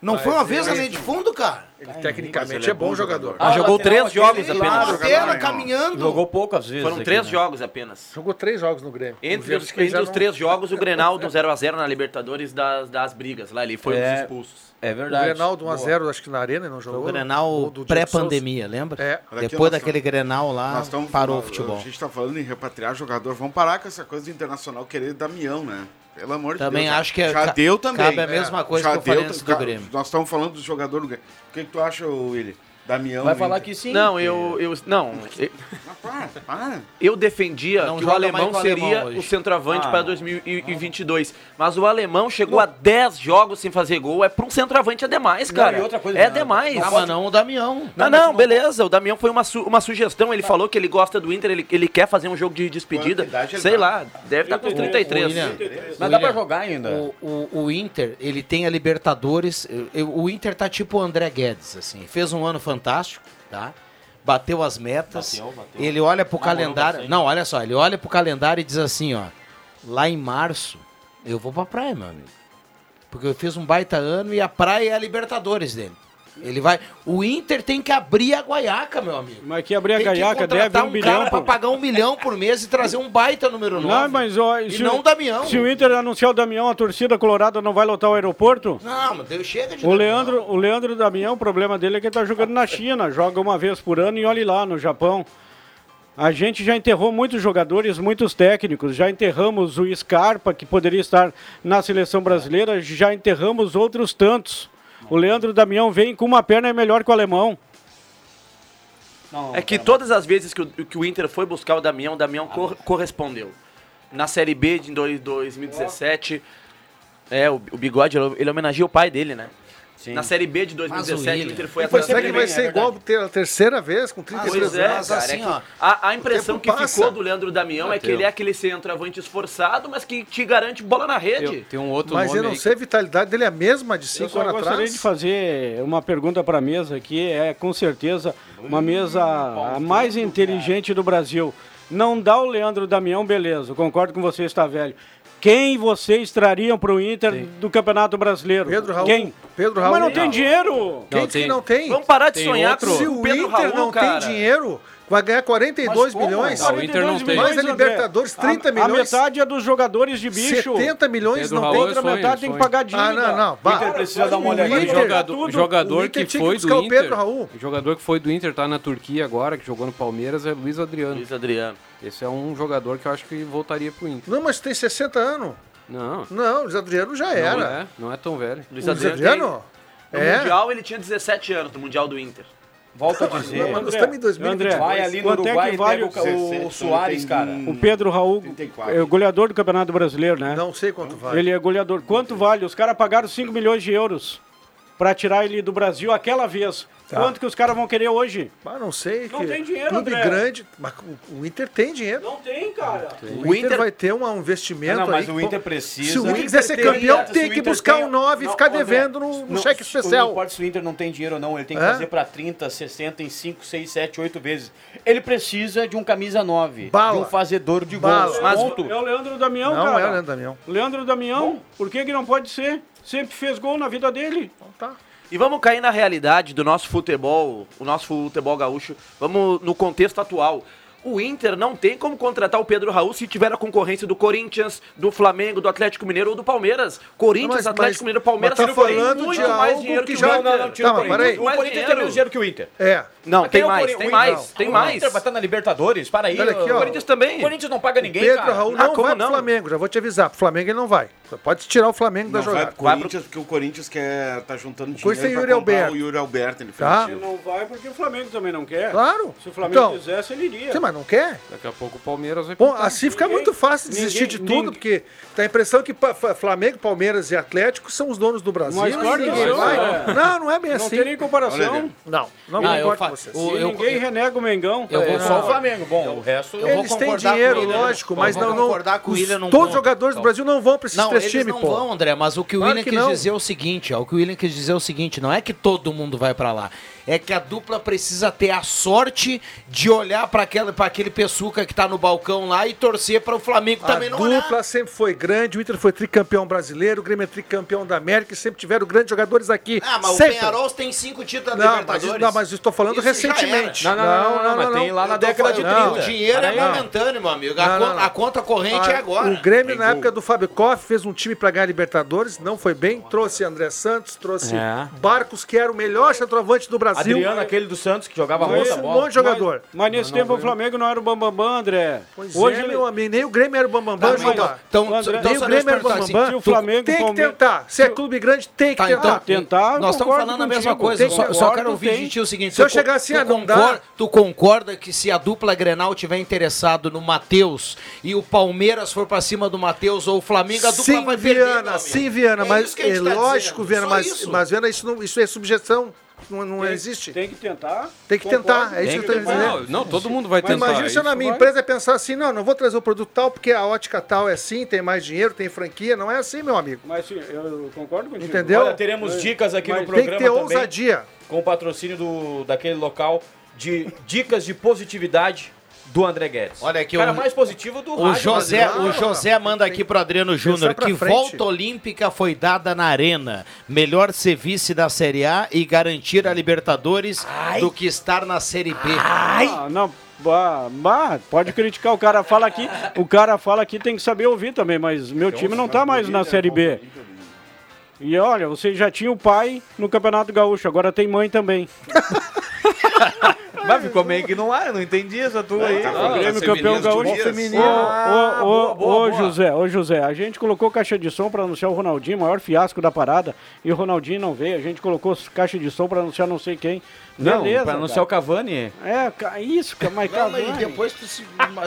[SPEAKER 3] Não foi uma vez na linha de fundo, cara.
[SPEAKER 12] Ele tecnicamente é bom jogador.
[SPEAKER 5] Ah, jogou três jogos
[SPEAKER 3] Ele
[SPEAKER 5] apenas.
[SPEAKER 3] lá na tela, caminhando.
[SPEAKER 9] Jogou poucas vezes.
[SPEAKER 5] Foram
[SPEAKER 9] aqui,
[SPEAKER 5] três
[SPEAKER 9] né?
[SPEAKER 5] jogos apenas.
[SPEAKER 12] Jogou três jogos no Grêmio.
[SPEAKER 5] Entre
[SPEAKER 12] Vemos
[SPEAKER 5] os,
[SPEAKER 12] que ele
[SPEAKER 5] entre
[SPEAKER 12] já
[SPEAKER 5] os
[SPEAKER 12] não- É.
[SPEAKER 5] três jogos, o Grenal
[SPEAKER 12] <laughs>
[SPEAKER 5] do 0x0 na Libertadores das, das brigas. Lá ele foi um
[SPEAKER 9] É.
[SPEAKER 5] dos expulsos.
[SPEAKER 9] É
[SPEAKER 12] O
[SPEAKER 9] verdade.
[SPEAKER 12] Grenaldo 1x0, acho que na Arena ele não
[SPEAKER 3] O
[SPEAKER 12] jogou.
[SPEAKER 3] Grenal
[SPEAKER 12] Gol do Diego
[SPEAKER 3] pré-pandemia, lembra?
[SPEAKER 12] É.
[SPEAKER 8] Olha aqui,
[SPEAKER 3] Depois
[SPEAKER 8] nós
[SPEAKER 3] daquele Grenal lá,
[SPEAKER 8] Nós estamos
[SPEAKER 3] Ah, parou o
[SPEAKER 8] nós- A
[SPEAKER 3] futebol.
[SPEAKER 8] gente está falando em repatriar jogador. Vamos parar com essa coisa do Internacional querer Damião, né? Pelo amor
[SPEAKER 3] Também
[SPEAKER 8] de Deus.
[SPEAKER 3] acho que é-
[SPEAKER 8] já
[SPEAKER 3] ca-
[SPEAKER 8] deu também.
[SPEAKER 3] cabe a mesma coisa
[SPEAKER 8] já
[SPEAKER 3] que eu falei
[SPEAKER 8] deu
[SPEAKER 3] antes do
[SPEAKER 8] ca-
[SPEAKER 3] Grêmio.
[SPEAKER 8] Nós estamos falando do jogador do Grêmio. O que, que tu acha, Willi? Damião.
[SPEAKER 9] Vai
[SPEAKER 8] no
[SPEAKER 9] falar
[SPEAKER 8] Inter.
[SPEAKER 9] que sim.
[SPEAKER 5] Não, eu, eu, não, eu-
[SPEAKER 8] Ah, para, para.
[SPEAKER 5] eu defendia
[SPEAKER 3] Não
[SPEAKER 5] que o
[SPEAKER 3] joga
[SPEAKER 5] alemão
[SPEAKER 3] mais com o
[SPEAKER 5] seria
[SPEAKER 3] alemão hoje.
[SPEAKER 5] o centroavante
[SPEAKER 9] Ah,
[SPEAKER 5] para
[SPEAKER 9] não.
[SPEAKER 5] 2022. Mas o alemão chegou a 10 jogos sem fazer gol. É para um centroavante, é demais, cara.
[SPEAKER 9] e outra coisa,
[SPEAKER 5] é
[SPEAKER 9] não,
[SPEAKER 5] demais.
[SPEAKER 3] Ah, mas não o Damião.
[SPEAKER 5] Não, não, beleza. O Damião foi uma, su- uma sugestão. Ele falou que ele gosta do Inter, ele, ele quer fazer um jogo de despedida.
[SPEAKER 8] Quanta idade ele
[SPEAKER 5] Sei
[SPEAKER 8] tá?
[SPEAKER 5] lá, deve estar com 33.
[SPEAKER 3] William,
[SPEAKER 9] Mas dá pra
[SPEAKER 3] William,
[SPEAKER 9] jogar ainda.
[SPEAKER 3] O, o- o Inter, ele tem a Libertadores. eu- eu- o Inter tá tipo o André Guedes, assim. Fez um ano fantástico, tá? Bateu as metas. Ele olha pro calendário. Não, olha só, ele olha pro calendário e diz assim, ó. Lá em março, eu vou pra praia, meu amigo. Porque eu fiz um baita ano e a praia é a Libertadores dele. Ele vai. O Inter tem que abrir a guaiaca, meu amigo.
[SPEAKER 11] Mas que abrir a
[SPEAKER 3] Tem que
[SPEAKER 11] gaiaca deve
[SPEAKER 3] contratar
[SPEAKER 11] um,
[SPEAKER 3] um,
[SPEAKER 11] bilhão.
[SPEAKER 3] cara pra
[SPEAKER 11] pô.
[SPEAKER 3] pagar um milhão por mês e trazer um baita número 9.
[SPEAKER 11] Não, mas ó,
[SPEAKER 3] E
[SPEAKER 11] se,
[SPEAKER 3] não
[SPEAKER 11] o,
[SPEAKER 3] o Damião.
[SPEAKER 11] se o Inter anunciar o Damião, a torcida colorada não vai lotar o aeroporto?
[SPEAKER 3] Não, mas deu- chega de
[SPEAKER 11] O
[SPEAKER 3] Damião.
[SPEAKER 11] Leandro, o Leandro Damião, o problema dele é que ele tá jogando na China, joga uma vez por ano e olhe lá, no Japão. A gente já enterrou muitos jogadores, muitos técnicos. Já enterramos o Scarpa, que poderia estar na seleção brasileira, já enterramos outros tantos. O Leandro Damião vem com uma perna é melhor que o alemão.
[SPEAKER 5] Não, é que todas as vezes que o, que o Inter foi buscar o Damião, o Damião cor- correspondeu. Na Série B de dois- 2017, é, o, o Bigode, ele, ele homenageia o pai dele, né? Na Série B de 2017, o Inter foi
[SPEAKER 7] Pois
[SPEAKER 5] atrás
[SPEAKER 7] será
[SPEAKER 5] do
[SPEAKER 7] que vai
[SPEAKER 5] Grêmio.
[SPEAKER 7] ser igual ter a terceira vez
[SPEAKER 11] Ah,
[SPEAKER 7] com
[SPEAKER 5] Pois
[SPEAKER 7] 33
[SPEAKER 5] é,
[SPEAKER 7] anos?
[SPEAKER 5] cara, é que a, a impressão
[SPEAKER 7] assim, tempo
[SPEAKER 5] que
[SPEAKER 7] passa.
[SPEAKER 5] ficou do Leandro Damião
[SPEAKER 7] Ah,
[SPEAKER 5] é que
[SPEAKER 7] tem.
[SPEAKER 5] ele é aquele centroavante esforçado, mas que te garante bola na rede.
[SPEAKER 9] um
[SPEAKER 7] Mas eu não sei, a vitalidade dele é a mesma de
[SPEAKER 11] Eu
[SPEAKER 7] 5
[SPEAKER 11] só
[SPEAKER 7] anos
[SPEAKER 11] gostaria
[SPEAKER 7] atrás.
[SPEAKER 11] de fazer uma pergunta para a mesa aqui. É com certeza uma mesa a mais inteligente do Brasil. Não dá o Leandro Damião, beleza. eu Concordo com você, está velho. Quem vocês trariam para o Inter do Campeonato Brasileiro? Pedro
[SPEAKER 7] Raul.
[SPEAKER 11] um Quem?
[SPEAKER 7] Pedro
[SPEAKER 11] Mas não
[SPEAKER 7] Raul.
[SPEAKER 11] tem dinheiro.
[SPEAKER 7] Quem que não tem? Se o Inter não tem dinheiro, vai ganhar 42 milhões.
[SPEAKER 11] Ah, o Inter não tem.
[SPEAKER 7] Mais a
[SPEAKER 11] André.
[SPEAKER 7] Libertadores, 30
[SPEAKER 11] A-
[SPEAKER 7] milhões.
[SPEAKER 11] A metade é dos jogadores de bicho.
[SPEAKER 7] 70 milhões
[SPEAKER 11] Pedro
[SPEAKER 7] não
[SPEAKER 11] Raul
[SPEAKER 7] tem.
[SPEAKER 11] é Outra sonho, metade tem que sonho. pagar dívida.
[SPEAKER 7] Ah, não, não.
[SPEAKER 11] O Inter precisa dar uma olhadinha.
[SPEAKER 7] Inter-
[SPEAKER 10] jogador,
[SPEAKER 7] tudo- o
[SPEAKER 10] jogador
[SPEAKER 7] Inter
[SPEAKER 10] que
[SPEAKER 7] tinha
[SPEAKER 10] foi
[SPEAKER 7] buscar
[SPEAKER 10] do
[SPEAKER 7] o
[SPEAKER 10] Inter.
[SPEAKER 7] Pedro Raul.
[SPEAKER 10] o jogador que foi do Inter, tá na Turquia agora, que jogou no Palmeiras, é Luiz Adriano.
[SPEAKER 5] Luiz Adriano.
[SPEAKER 10] Esse é um jogador que eu acho que voltaria pro Inter.
[SPEAKER 7] Não, mas tem 60 anos.
[SPEAKER 10] Não.
[SPEAKER 7] Não, o Luiz Adriano já
[SPEAKER 10] Não
[SPEAKER 7] era.
[SPEAKER 10] é, não é tão velho.
[SPEAKER 5] Luiz
[SPEAKER 7] Luiz
[SPEAKER 5] Adriano
[SPEAKER 7] Adriano?
[SPEAKER 5] No
[SPEAKER 7] É.
[SPEAKER 5] Mundial ele tinha 17 anos, no Mundial do Inter.
[SPEAKER 9] Volta a
[SPEAKER 7] Não, mas nós
[SPEAKER 11] tá
[SPEAKER 7] estamos em 2022.
[SPEAKER 9] vai ali no
[SPEAKER 11] quanto é que
[SPEAKER 9] Uruguai e
[SPEAKER 11] vale
[SPEAKER 9] pega o,
[SPEAKER 11] o
[SPEAKER 9] ca- o, o Soares, cara.
[SPEAKER 11] O Pedro Raul é o goleador do Campeonato Brasileiro, né?
[SPEAKER 7] Não sei quanto vale.
[SPEAKER 11] Ele é goleador. Quanto vale? Os caras pagaram 5 milhões de euros pra tirar ele do Brasil aquela vez.
[SPEAKER 7] Tá.
[SPEAKER 11] Quanto que os caras vão querer hoje?
[SPEAKER 7] Mas não sei.
[SPEAKER 11] Não
[SPEAKER 7] que
[SPEAKER 11] tem dinheiro,
[SPEAKER 7] Clube
[SPEAKER 11] André.
[SPEAKER 7] grande. Mas o- o Inter tem dinheiro.
[SPEAKER 11] Não tem, cara.
[SPEAKER 7] O, Inter, vai ter um, um investimento
[SPEAKER 9] Ah, Não, não, mas
[SPEAKER 7] aí.
[SPEAKER 9] o
[SPEAKER 7] que, pô,
[SPEAKER 9] Inter precisa-
[SPEAKER 7] Se o
[SPEAKER 9] O
[SPEAKER 7] Inter
[SPEAKER 9] Inter
[SPEAKER 7] quiser ser
[SPEAKER 9] teria-
[SPEAKER 7] campeão,
[SPEAKER 9] se o
[SPEAKER 7] tem que
[SPEAKER 9] Inter
[SPEAKER 7] buscar
[SPEAKER 9] tem-
[SPEAKER 7] um 9 e
[SPEAKER 9] Não,
[SPEAKER 7] ficar
[SPEAKER 9] André,
[SPEAKER 7] devendo no, no
[SPEAKER 9] não,
[SPEAKER 7] cheque
[SPEAKER 9] se- Não
[SPEAKER 7] especial.
[SPEAKER 9] importa se o Inter não tem dinheiro ou não, ele tem que
[SPEAKER 7] É?
[SPEAKER 9] fazer pra 30, 60, em 5, 6, 7, 8 vezes. Ele precisa de um camisa 9,
[SPEAKER 7] Bala.
[SPEAKER 9] de um fazedor de
[SPEAKER 7] Bala.
[SPEAKER 9] gols.
[SPEAKER 7] Mas-
[SPEAKER 9] ponto.
[SPEAKER 11] É o Leandro Damião,
[SPEAKER 7] Não,
[SPEAKER 11] cara.
[SPEAKER 7] é o Leandro Damião.
[SPEAKER 11] Leandro Damião, por que, que não pode ser? Sempre fez gol na vida dele.
[SPEAKER 7] tá.
[SPEAKER 5] E vamos cair na realidade do nosso futebol, o nosso futebol gaúcho. Vamos no contexto atual. O Inter não tem como contratar o Pedro Raul se tiver a concorrência do Corinthians, do Flamengo, do Atlético Mineiro ou do Palmeiras. Corinthians,
[SPEAKER 7] Mas- mas-
[SPEAKER 5] Atlético Mineiro, Palmeiras,
[SPEAKER 7] mas tá
[SPEAKER 5] Corinthians tem
[SPEAKER 7] falando de algo que já- Não,
[SPEAKER 5] Inter.
[SPEAKER 7] não, não, tira o Tá, mas Corinthians. peraí.
[SPEAKER 5] Muito mais
[SPEAKER 9] O Corinthians tem menos dinheiro que o Inter.
[SPEAKER 7] É.
[SPEAKER 5] Não,
[SPEAKER 9] Mas
[SPEAKER 5] tem
[SPEAKER 9] o
[SPEAKER 5] mais,
[SPEAKER 9] Cori-
[SPEAKER 5] tem
[SPEAKER 9] o-
[SPEAKER 5] mais, tem
[SPEAKER 9] O
[SPEAKER 5] mais.
[SPEAKER 9] Inter vai estar na Libertadores, para aí.
[SPEAKER 7] Olha aqui, ó.
[SPEAKER 9] o Corinthians
[SPEAKER 5] também.
[SPEAKER 9] O Corinthians não paga ninguém,
[SPEAKER 7] Pedro
[SPEAKER 9] cara.
[SPEAKER 7] Raul
[SPEAKER 9] Ah,
[SPEAKER 7] não
[SPEAKER 9] como
[SPEAKER 7] vai
[SPEAKER 9] não?
[SPEAKER 7] pro Flamengo, já vou te avisar. Pro Flamengo ele não vai. Pode tirar o Flamengo da
[SPEAKER 8] Não, vai
[SPEAKER 7] jogada.
[SPEAKER 8] pro Corinthians, porque o Corinthians quer tá juntando dinheiro
[SPEAKER 7] Corinthians tem
[SPEAKER 8] pra
[SPEAKER 7] Yuri
[SPEAKER 8] comprar
[SPEAKER 7] Alberto.
[SPEAKER 8] o Yuri Alberto. Ele
[SPEAKER 7] Tá.
[SPEAKER 8] fez.
[SPEAKER 11] Não vai porque o Flamengo também não quer.
[SPEAKER 7] Claro.
[SPEAKER 11] Se o Flamengo
[SPEAKER 7] Então,
[SPEAKER 11] quisesse, ele iria.
[SPEAKER 7] Sim, mas não quer?
[SPEAKER 10] Daqui a pouco o Palmeiras vai
[SPEAKER 7] Bom,
[SPEAKER 10] pintar.
[SPEAKER 7] assim fica muito fácil desistir de tudo,
[SPEAKER 10] ninguém-
[SPEAKER 7] porque dá a impressão que pa- fa- Flamengo, Palmeiras e Atlético são os donos do Brasil.
[SPEAKER 11] Mas claro que
[SPEAKER 7] ninguém
[SPEAKER 11] não,
[SPEAKER 7] vai.
[SPEAKER 11] é.
[SPEAKER 7] Não, não é bem
[SPEAKER 11] Não
[SPEAKER 7] assim.
[SPEAKER 11] tem nem comparação.
[SPEAKER 7] Olha, Adriano. Não, não
[SPEAKER 11] Ah, eu
[SPEAKER 7] concordo
[SPEAKER 11] fa-
[SPEAKER 7] com vocês.
[SPEAKER 11] o- E eu- ninguém eu- renega o Mengão. É.
[SPEAKER 9] Eu vou
[SPEAKER 7] Não.
[SPEAKER 9] só o Flamengo. Bom, o resto eu vou
[SPEAKER 7] é. Eles têm
[SPEAKER 9] concordar
[SPEAKER 7] dinheiro,
[SPEAKER 9] com ele, né?
[SPEAKER 7] lógico,
[SPEAKER 9] Eu
[SPEAKER 7] mas
[SPEAKER 9] vou
[SPEAKER 7] não, não,
[SPEAKER 9] concordar com
[SPEAKER 7] os-
[SPEAKER 9] ele, eu não
[SPEAKER 7] todos os
[SPEAKER 9] vou.
[SPEAKER 7] jogadores do Brasil não vão pra esses
[SPEAKER 3] Não,
[SPEAKER 7] três
[SPEAKER 3] eles
[SPEAKER 7] times,
[SPEAKER 3] não
[SPEAKER 7] pô.
[SPEAKER 3] vão, André, mas o que o
[SPEAKER 7] Claro
[SPEAKER 3] William
[SPEAKER 7] que
[SPEAKER 3] quis
[SPEAKER 7] não.
[SPEAKER 3] dizer é o seguinte, ó, o que o William quis dizer é o seguinte, não é que todo mundo vai pra lá, é que a dupla precisa ter a sorte de olhar pra aquela para aquele pessoa que tá no balcão lá e torcer para o Flamengo
[SPEAKER 7] A
[SPEAKER 3] também não é olhar.
[SPEAKER 7] dupla sempre foi grande, o Inter foi tricampeão brasileiro, o Grêmio é tricampeão da América, e sempre tiveram grandes jogadores aqui.
[SPEAKER 3] Ah, mas
[SPEAKER 7] sempre.
[SPEAKER 3] o Penharol tem cinco títulos da
[SPEAKER 7] Não, mas,
[SPEAKER 3] Libertadores.
[SPEAKER 7] isso- é não, mas eu estou falando
[SPEAKER 3] Isso já
[SPEAKER 7] recentemente.
[SPEAKER 3] era. Não, não, não, não, não, mas
[SPEAKER 9] tem lá na
[SPEAKER 3] Eu tô
[SPEAKER 9] década de
[SPEAKER 3] falando,
[SPEAKER 9] 30.
[SPEAKER 3] O dinheiro é
[SPEAKER 9] Peraí.
[SPEAKER 3] momentâneo, meu amigo. A,
[SPEAKER 7] Não,
[SPEAKER 3] con-
[SPEAKER 7] não, não.
[SPEAKER 3] a conta corrente é
[SPEAKER 7] Ah,
[SPEAKER 3] agora.
[SPEAKER 7] O Grêmio, na época do Fábio Koff, fez um time para ganhar Libertadores, não foi bem. Trouxe André Santos, trouxe
[SPEAKER 9] É.
[SPEAKER 7] Barcos, que era o melhor centroavante do Brasil.
[SPEAKER 9] Adriano, aquele do Santos que jogava
[SPEAKER 7] Mas-
[SPEAKER 9] muita bola.
[SPEAKER 7] um monte de jogador.
[SPEAKER 11] Mas, mas nesse tempo o Flamengo não era o Bambambam, André.
[SPEAKER 7] Pois Hoje, é, meu amigo, nem o Grêmio era o Bambambam,
[SPEAKER 11] Tá, mas
[SPEAKER 7] Juba.
[SPEAKER 11] então- então-
[SPEAKER 7] nem
[SPEAKER 11] então só
[SPEAKER 7] o
[SPEAKER 11] deixa eu
[SPEAKER 7] Grêmio é era o
[SPEAKER 11] perguntar assim,
[SPEAKER 7] Bambambam.
[SPEAKER 11] se o Flamengo e o
[SPEAKER 7] tem que
[SPEAKER 11] Palmeiras-
[SPEAKER 7] tentar. Se é clube grande, tem que
[SPEAKER 3] Tá,
[SPEAKER 7] tentar.
[SPEAKER 3] então,
[SPEAKER 11] tentar, eu
[SPEAKER 3] Nós estamos
[SPEAKER 11] concordo
[SPEAKER 3] falando a
[SPEAKER 11] contigo.
[SPEAKER 3] mesma coisa,
[SPEAKER 11] Tem
[SPEAKER 3] só,
[SPEAKER 11] que-
[SPEAKER 3] só quero
[SPEAKER 11] concordo,
[SPEAKER 3] ouvir
[SPEAKER 11] tem.
[SPEAKER 3] de ti o seguinte.
[SPEAKER 11] Se eu
[SPEAKER 3] tu
[SPEAKER 11] chegar
[SPEAKER 3] con-
[SPEAKER 11] assim,
[SPEAKER 3] tu
[SPEAKER 11] ah, não dá?
[SPEAKER 3] concorda, Tu concorda que se a dupla Grenal tiver interessado no Matheus e o Palmeiras for pra cima do Matheus ou o Flamengo, a dupla
[SPEAKER 7] Sim,
[SPEAKER 3] vai perder, meu
[SPEAKER 7] Viana,
[SPEAKER 3] amigo.
[SPEAKER 7] sim, Viana,
[SPEAKER 3] É
[SPEAKER 7] mas
[SPEAKER 3] isso que a gente
[SPEAKER 7] é
[SPEAKER 3] tá
[SPEAKER 7] lógico,
[SPEAKER 3] dizendo,
[SPEAKER 7] Viana,
[SPEAKER 3] só
[SPEAKER 7] mas,
[SPEAKER 3] isso.
[SPEAKER 7] mas Viana, isso, não, isso é subjeção, não, não existe.
[SPEAKER 11] Tem que tentar.
[SPEAKER 7] Tem que tentar, é isso que eu tô dizendo.
[SPEAKER 10] Não, não, todo mundo vai
[SPEAKER 7] Mas
[SPEAKER 10] tentar.
[SPEAKER 7] imagina se eu na
[SPEAKER 10] isso
[SPEAKER 7] minha
[SPEAKER 10] vai.
[SPEAKER 7] empresa pensar assim, não, não vou trazer o produto tal porque a ótica tal é assim, tem mais dinheiro, tem franquia, não é assim, meu amigo.
[SPEAKER 11] Mas sim, eu concordo contigo.
[SPEAKER 7] Entendeu?
[SPEAKER 9] Olha, teremos dicas aqui no
[SPEAKER 7] Mas
[SPEAKER 9] programa
[SPEAKER 7] Tem que ter
[SPEAKER 9] também,
[SPEAKER 7] ousadia.
[SPEAKER 9] Com o patrocínio do, daquele local de dicas de positividade do André Guedes.
[SPEAKER 3] Olha aqui,
[SPEAKER 9] o cara
[SPEAKER 3] o-
[SPEAKER 9] mais positivo do
[SPEAKER 3] O
[SPEAKER 9] rádio
[SPEAKER 3] José,
[SPEAKER 9] brasileiro.
[SPEAKER 3] o José manda aqui pro Adriano Júnior
[SPEAKER 9] pra
[SPEAKER 3] que
[SPEAKER 9] frente.
[SPEAKER 3] volta olímpica foi dada na arena. Melhor ser vice da Série A e garantir a Libertadores do que estar na Série B.
[SPEAKER 11] Ah, não. Bah, bah, pode criticar, o cara fala aqui, o cara fala aqui tem que saber ouvir também, mas meu time não tá mais na Série B. E olha, você já tinha o pai no Campeonato Gaúcho, agora tem mãe também.
[SPEAKER 9] Mas ficou meio que no ar, não entendi essa tua aí.
[SPEAKER 8] Tá falando
[SPEAKER 11] Grêmio
[SPEAKER 8] das
[SPEAKER 11] campeão
[SPEAKER 8] femininas
[SPEAKER 11] gaúcho
[SPEAKER 8] de
[SPEAKER 11] feminino.
[SPEAKER 8] Dias.
[SPEAKER 11] Ô, ô,
[SPEAKER 9] boa, boa,
[SPEAKER 11] ô,
[SPEAKER 9] boa.
[SPEAKER 11] José, ô, José, a gente colocou caixa de som para anunciar o Ronaldinho, maior fiasco da parada, e o Ronaldinho não veio. A gente colocou caixa de som para anunciar não sei quem.
[SPEAKER 9] Não,
[SPEAKER 11] Beleza,
[SPEAKER 9] pra anunciar o Cavani.
[SPEAKER 11] cara. É, ca- isso, cara, mas
[SPEAKER 14] Não,
[SPEAKER 11] Cavani.
[SPEAKER 14] mas depois tu se...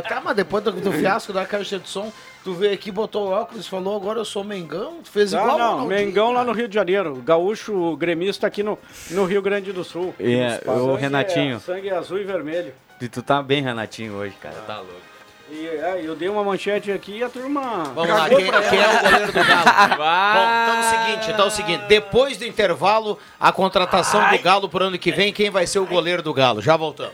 [SPEAKER 14] Tá, mas depois do, do fiasco da caixa de som, tu veio aqui, botou o óculos, falou, agora eu sou Mengão, tu fez
[SPEAKER 11] Não,
[SPEAKER 14] igual ao
[SPEAKER 11] não,
[SPEAKER 14] Ronaldinho.
[SPEAKER 11] Mengão lá no Rio de Janeiro, gaúcho gremista aqui no, no Rio Grande do Sul.
[SPEAKER 9] É,
[SPEAKER 11] Sangue
[SPEAKER 9] o Renatinho.
[SPEAKER 11] sangue azul e vermelho.
[SPEAKER 9] E tu tá bem, Renatinho, hoje, cara. Tá louco.
[SPEAKER 11] E é, eu dei uma manchete aqui e a turma.
[SPEAKER 14] Vamos lá, quem, quem é o goleiro do Galo?
[SPEAKER 9] Ah!
[SPEAKER 14] Bom, então é o seguinte, então é o seguinte, depois do intervalo, a contratação do Galo pro ano que vem, quem vai ser o goleiro do Galo? Já voltamos.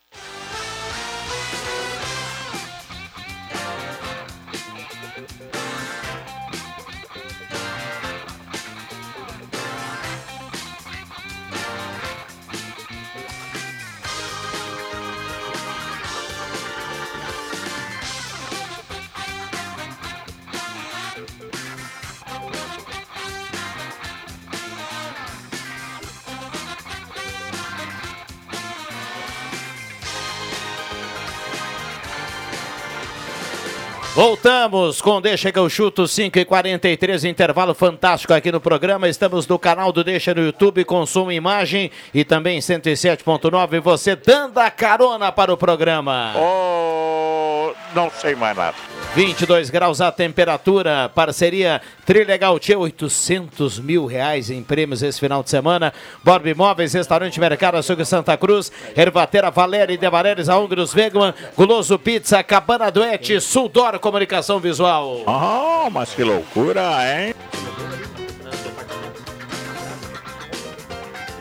[SPEAKER 3] Voltamos com Deixa que eu chuto 5 e 43 intervalo fantástico aqui no programa. Estamos no canal do Deixa no YouTube, Consumo Imagem e também 107.9. Você dando a carona para o programa.
[SPEAKER 4] Oh, não sei mais nada.
[SPEAKER 3] 22 graus a temperatura, parceria Trilegal Tia, 800 mil reais em prêmios esse final de semana. Borb Imóveis, Restaurante Mercado Açougue Santa Cruz, Ervatera Valéria e Devareres, a Hungros Vegman, Guloso Pizza, Cabana Duete, Sudor Comunicação Visual.
[SPEAKER 4] Oh, mas que loucura, hein?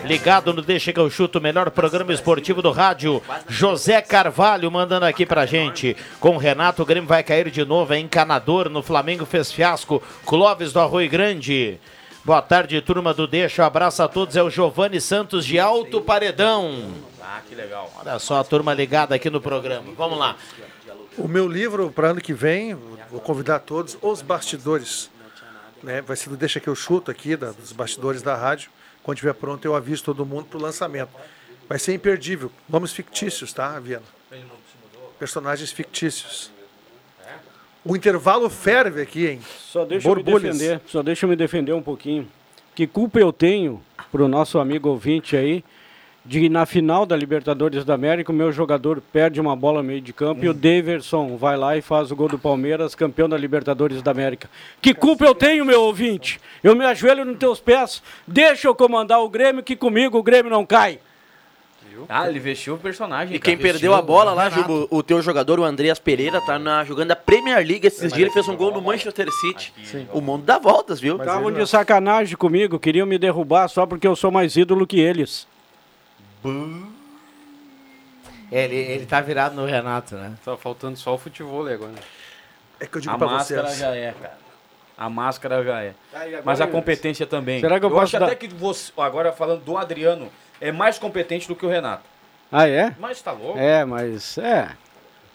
[SPEAKER 3] Ligado no Deixa que eu chuto, o melhor programa esportivo do rádio. José Carvalho mandando aqui pra gente. Com o Renato, o Grêmio vai cair de novo. É encanador no Flamengo, fez fiasco. Clóvis do Arroio Grande. Boa tarde, turma do Deixa. Um abraço a todos. É o Giovanni Santos de Alto Paredão.
[SPEAKER 9] Ah, que legal.
[SPEAKER 3] Olha só a turma ligada aqui no programa. Vamos lá.
[SPEAKER 7] O meu livro, para ano que vem, vou convidar todos, Os Bastidores. Né? Vai ser do Deixa que eu chuto aqui, da- dos bastidores da rádio. Quando estiver pronto, eu aviso todo mundo para o lançamento. Vai ser imperdível. Nomes fictícios, tá, Viana? Personagens fictícios. O intervalo ferve aqui, hein?
[SPEAKER 11] Só deixa eu
[SPEAKER 7] Borbulhas.
[SPEAKER 11] me defender, só deixa eu me defender um pouquinho. Que culpa eu tenho pro nosso amigo ouvinte aí de na final da Libertadores da América o meu jogador perde uma bola no meio de campo e o Daverson vai lá e faz o gol do Palmeiras, campeão da Libertadores da América. Que culpa eu tenho, meu ouvinte? Eu me ajoelho nos teus pés, deixa eu comandar o Grêmio que comigo o Grêmio não cai.
[SPEAKER 9] Ah, ele vestiu o personagem.
[SPEAKER 5] E quem perdeu a bola
[SPEAKER 7] é
[SPEAKER 5] lá, Juba, o teu jogador, o Andreas Pereira, tá na, jogando a Premier League esses
[SPEAKER 7] é
[SPEAKER 5] dias. Ele fez um gol no Manchester City. O mundo dá voltas, viu? Tá
[SPEAKER 11] Estavam de sacanagem comigo, queriam me derrubar só porque eu sou mais ídolo que eles.
[SPEAKER 14] Ele, ele tá virado no Renato, né?
[SPEAKER 10] Tá faltando só o futebol agora. Né?
[SPEAKER 7] É que eu
[SPEAKER 10] digo
[SPEAKER 9] A
[SPEAKER 10] pra
[SPEAKER 9] máscara
[SPEAKER 10] vocês.
[SPEAKER 9] já é, cara. A máscara já é.
[SPEAKER 10] e agora,
[SPEAKER 9] Mas a
[SPEAKER 10] Anderson?
[SPEAKER 9] competência também.
[SPEAKER 11] Será que eu
[SPEAKER 9] eu
[SPEAKER 11] posso
[SPEAKER 9] acho
[SPEAKER 11] dar-
[SPEAKER 9] até que você, agora falando do Adriano, é mais competente do que o Renato.
[SPEAKER 11] Ah, é?
[SPEAKER 9] Mas tá louco.
[SPEAKER 11] É, mas é.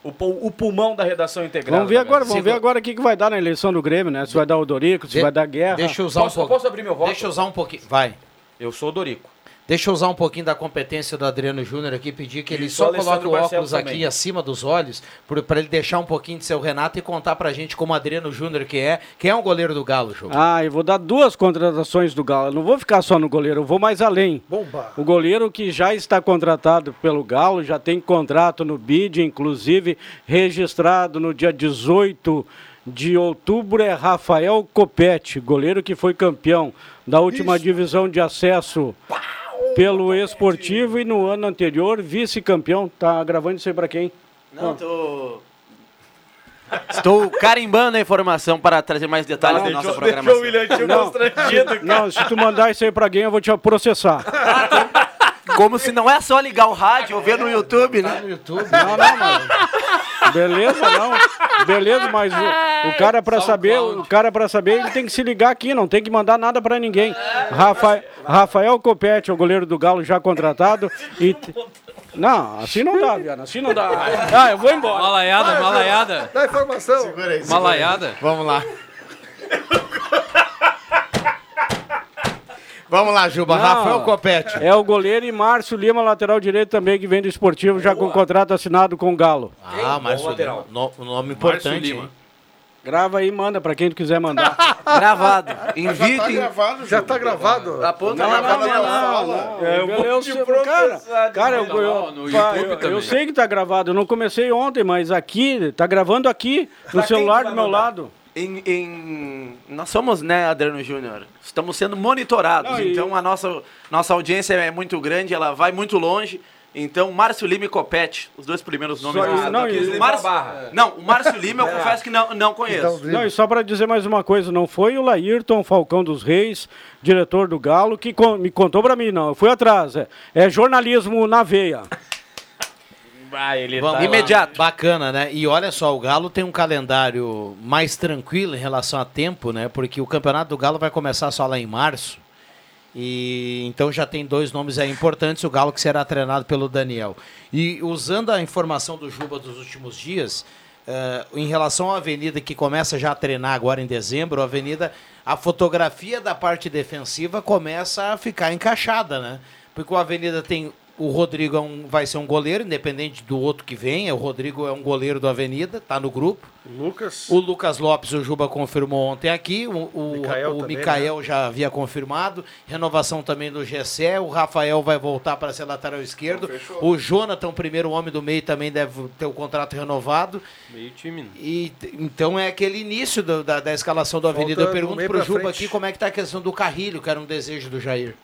[SPEAKER 9] O, pu- o pulmão da redação
[SPEAKER 14] né?
[SPEAKER 9] integral. Tá
[SPEAKER 11] Vamos ver agora, vamos ver agora o que, que vai dar na eleição do Grêmio, né? Se vai dar o Dorico, se vai dar guerra.
[SPEAKER 14] Deixa eu usar um
[SPEAKER 9] Posso-
[SPEAKER 14] pouco.
[SPEAKER 9] posso abrir meu voto?
[SPEAKER 14] Deixa eu usar um pouquinho. Vai.
[SPEAKER 9] Eu sou o Dorico.
[SPEAKER 14] Deixa eu usar um pouquinho da competência do Adriano Júnior aqui, pedir que ele
[SPEAKER 9] Isso,
[SPEAKER 14] só
[SPEAKER 9] Alessandro
[SPEAKER 14] coloque o óculos
[SPEAKER 9] Barcelos também.
[SPEAKER 14] aqui acima dos olhos, para ele deixar um pouquinho de seu Renato e contar pra gente como Adriano Júnior que é, quem é um goleiro do Galo, Ju.
[SPEAKER 11] Ah, eu vou dar duas contratações do Galo. Eu não vou ficar só no goleiro, eu vou mais além.
[SPEAKER 7] Bomba.
[SPEAKER 11] O goleiro que já está contratado pelo Galo, já tem contrato no BID, inclusive registrado no dia 18 de outubro, é Rafael Copete, goleiro que foi campeão da última divisão de acesso pelo Esportivo e no ano anterior vice-campeão. Tá gravando isso aí pra quem?
[SPEAKER 5] Não, tô. Estou carimbando a informação para trazer mais detalhes da
[SPEAKER 9] um
[SPEAKER 5] nossa programação.
[SPEAKER 9] William Tio
[SPEAKER 11] Não, se tu mandar isso aí pra alguém, eu vou te processar.
[SPEAKER 5] Como se não é só ligar o rádio ou ver no YouTube, né?
[SPEAKER 3] no YouTube.
[SPEAKER 11] Não, não, mano. Beleza, não. Beleza, mas o, o cara pra saber, o cara para saber, ele tem que se ligar aqui, não tem que mandar nada pra ninguém. Rafa, Rafael Copete, o goleiro do Galo já contratado e t- Não, assim não dá, Viana, assim não dá. Ah, eu vou embora. Ah,
[SPEAKER 4] Malaiada, malaiada.
[SPEAKER 7] Dá informação. Segura aí, segura aí.
[SPEAKER 4] Malaiada.
[SPEAKER 3] Vamos lá. Vamos lá, Juba.
[SPEAKER 11] Não,
[SPEAKER 3] Rafael Copete.
[SPEAKER 11] É o goleiro e Márcio Lima, lateral direito também, que vem do esportivo, já com contrato assinado com o Galo.
[SPEAKER 3] Ah, Márcio Lima. No, nome importante. hein?
[SPEAKER 11] Grava aí e manda pra quem tu quiser mandar.
[SPEAKER 5] Gravado.
[SPEAKER 7] Já tá gravado, Já tá gravado.
[SPEAKER 5] Aponta lá na
[SPEAKER 11] É, eu, eu, eu, cara, cara, eu, eu,
[SPEAKER 4] no
[SPEAKER 11] eu-
[SPEAKER 4] YouTube
[SPEAKER 11] eu- eu
[SPEAKER 4] também.
[SPEAKER 11] sei que tá gravado. Eu não comecei ontem, mas aqui, tá gravando aqui, no celular do meu lado.
[SPEAKER 5] Em, em- Nós somos, né, Adriano Júnior? Estamos sendo monitorados.
[SPEAKER 11] Não, e-
[SPEAKER 5] então a nossa, nossa audiência é muito grande, ela vai muito longe. Então, Márcio Lima e Copete, os dois primeiros nomes.
[SPEAKER 11] Só
[SPEAKER 5] que
[SPEAKER 11] isso, É. Então,
[SPEAKER 5] você
[SPEAKER 11] não,
[SPEAKER 5] tá aqui.
[SPEAKER 11] e-
[SPEAKER 5] O Márcio- não, o
[SPEAKER 11] <laughs>
[SPEAKER 5] Márcio Lima eu confesso que não, não
[SPEAKER 7] Tá
[SPEAKER 5] conheço.
[SPEAKER 11] Não, e só para dizer mais uma coisa, não foi o Laírton Falcão dos Reis, diretor do Galo, que con- me contou para mim, não. Eu fui atrás. É, é jornalismo na veia.
[SPEAKER 9] tá
[SPEAKER 3] Vamos
[SPEAKER 11] tá-
[SPEAKER 3] lá.
[SPEAKER 5] Imediato.
[SPEAKER 3] Bacana, né? E olha só, o Galo tem um calendário mais tranquilo em relação a tempo, né? Porque o campeonato do Galo vai começar só lá em março. E então já tem dois nomes aí importantes, o Galo que será treinado pelo Daniel. E usando a informação do Juba dos últimos dias, eh, em relação à Avenida que começa já a treinar agora em dezembro, a Avenida, a fotografia da parte defensiva começa a ficar encaixada, né? Porque o Avenida tem o Rodrigo é um- vai ser um goleiro, independente do outro que venha. O Rodrigo é um goleiro do Avenida, tá no grupo.
[SPEAKER 7] Lucas.
[SPEAKER 3] O Lucas Lopes, o Juba confirmou ontem aqui. O, o,
[SPEAKER 7] Mikael
[SPEAKER 3] o
[SPEAKER 7] também, né?
[SPEAKER 3] Mikael já havia confirmado. Renovação também do Gessé. O Rafael vai voltar para ser lateral esquerdo. o Jonathan, o primeiro homem do meio, também deve ter o contrato renovado.
[SPEAKER 4] Meio time, né?
[SPEAKER 3] E t- então é aquele início do- da, da escalação do Avenida.
[SPEAKER 7] Falta
[SPEAKER 3] Eu
[SPEAKER 7] do
[SPEAKER 3] pergunto
[SPEAKER 7] meio
[SPEAKER 3] pro
[SPEAKER 7] pra
[SPEAKER 3] Juba
[SPEAKER 7] frente.
[SPEAKER 3] aqui como é que tá a questão do Carrilho, que era um desejo do Jair.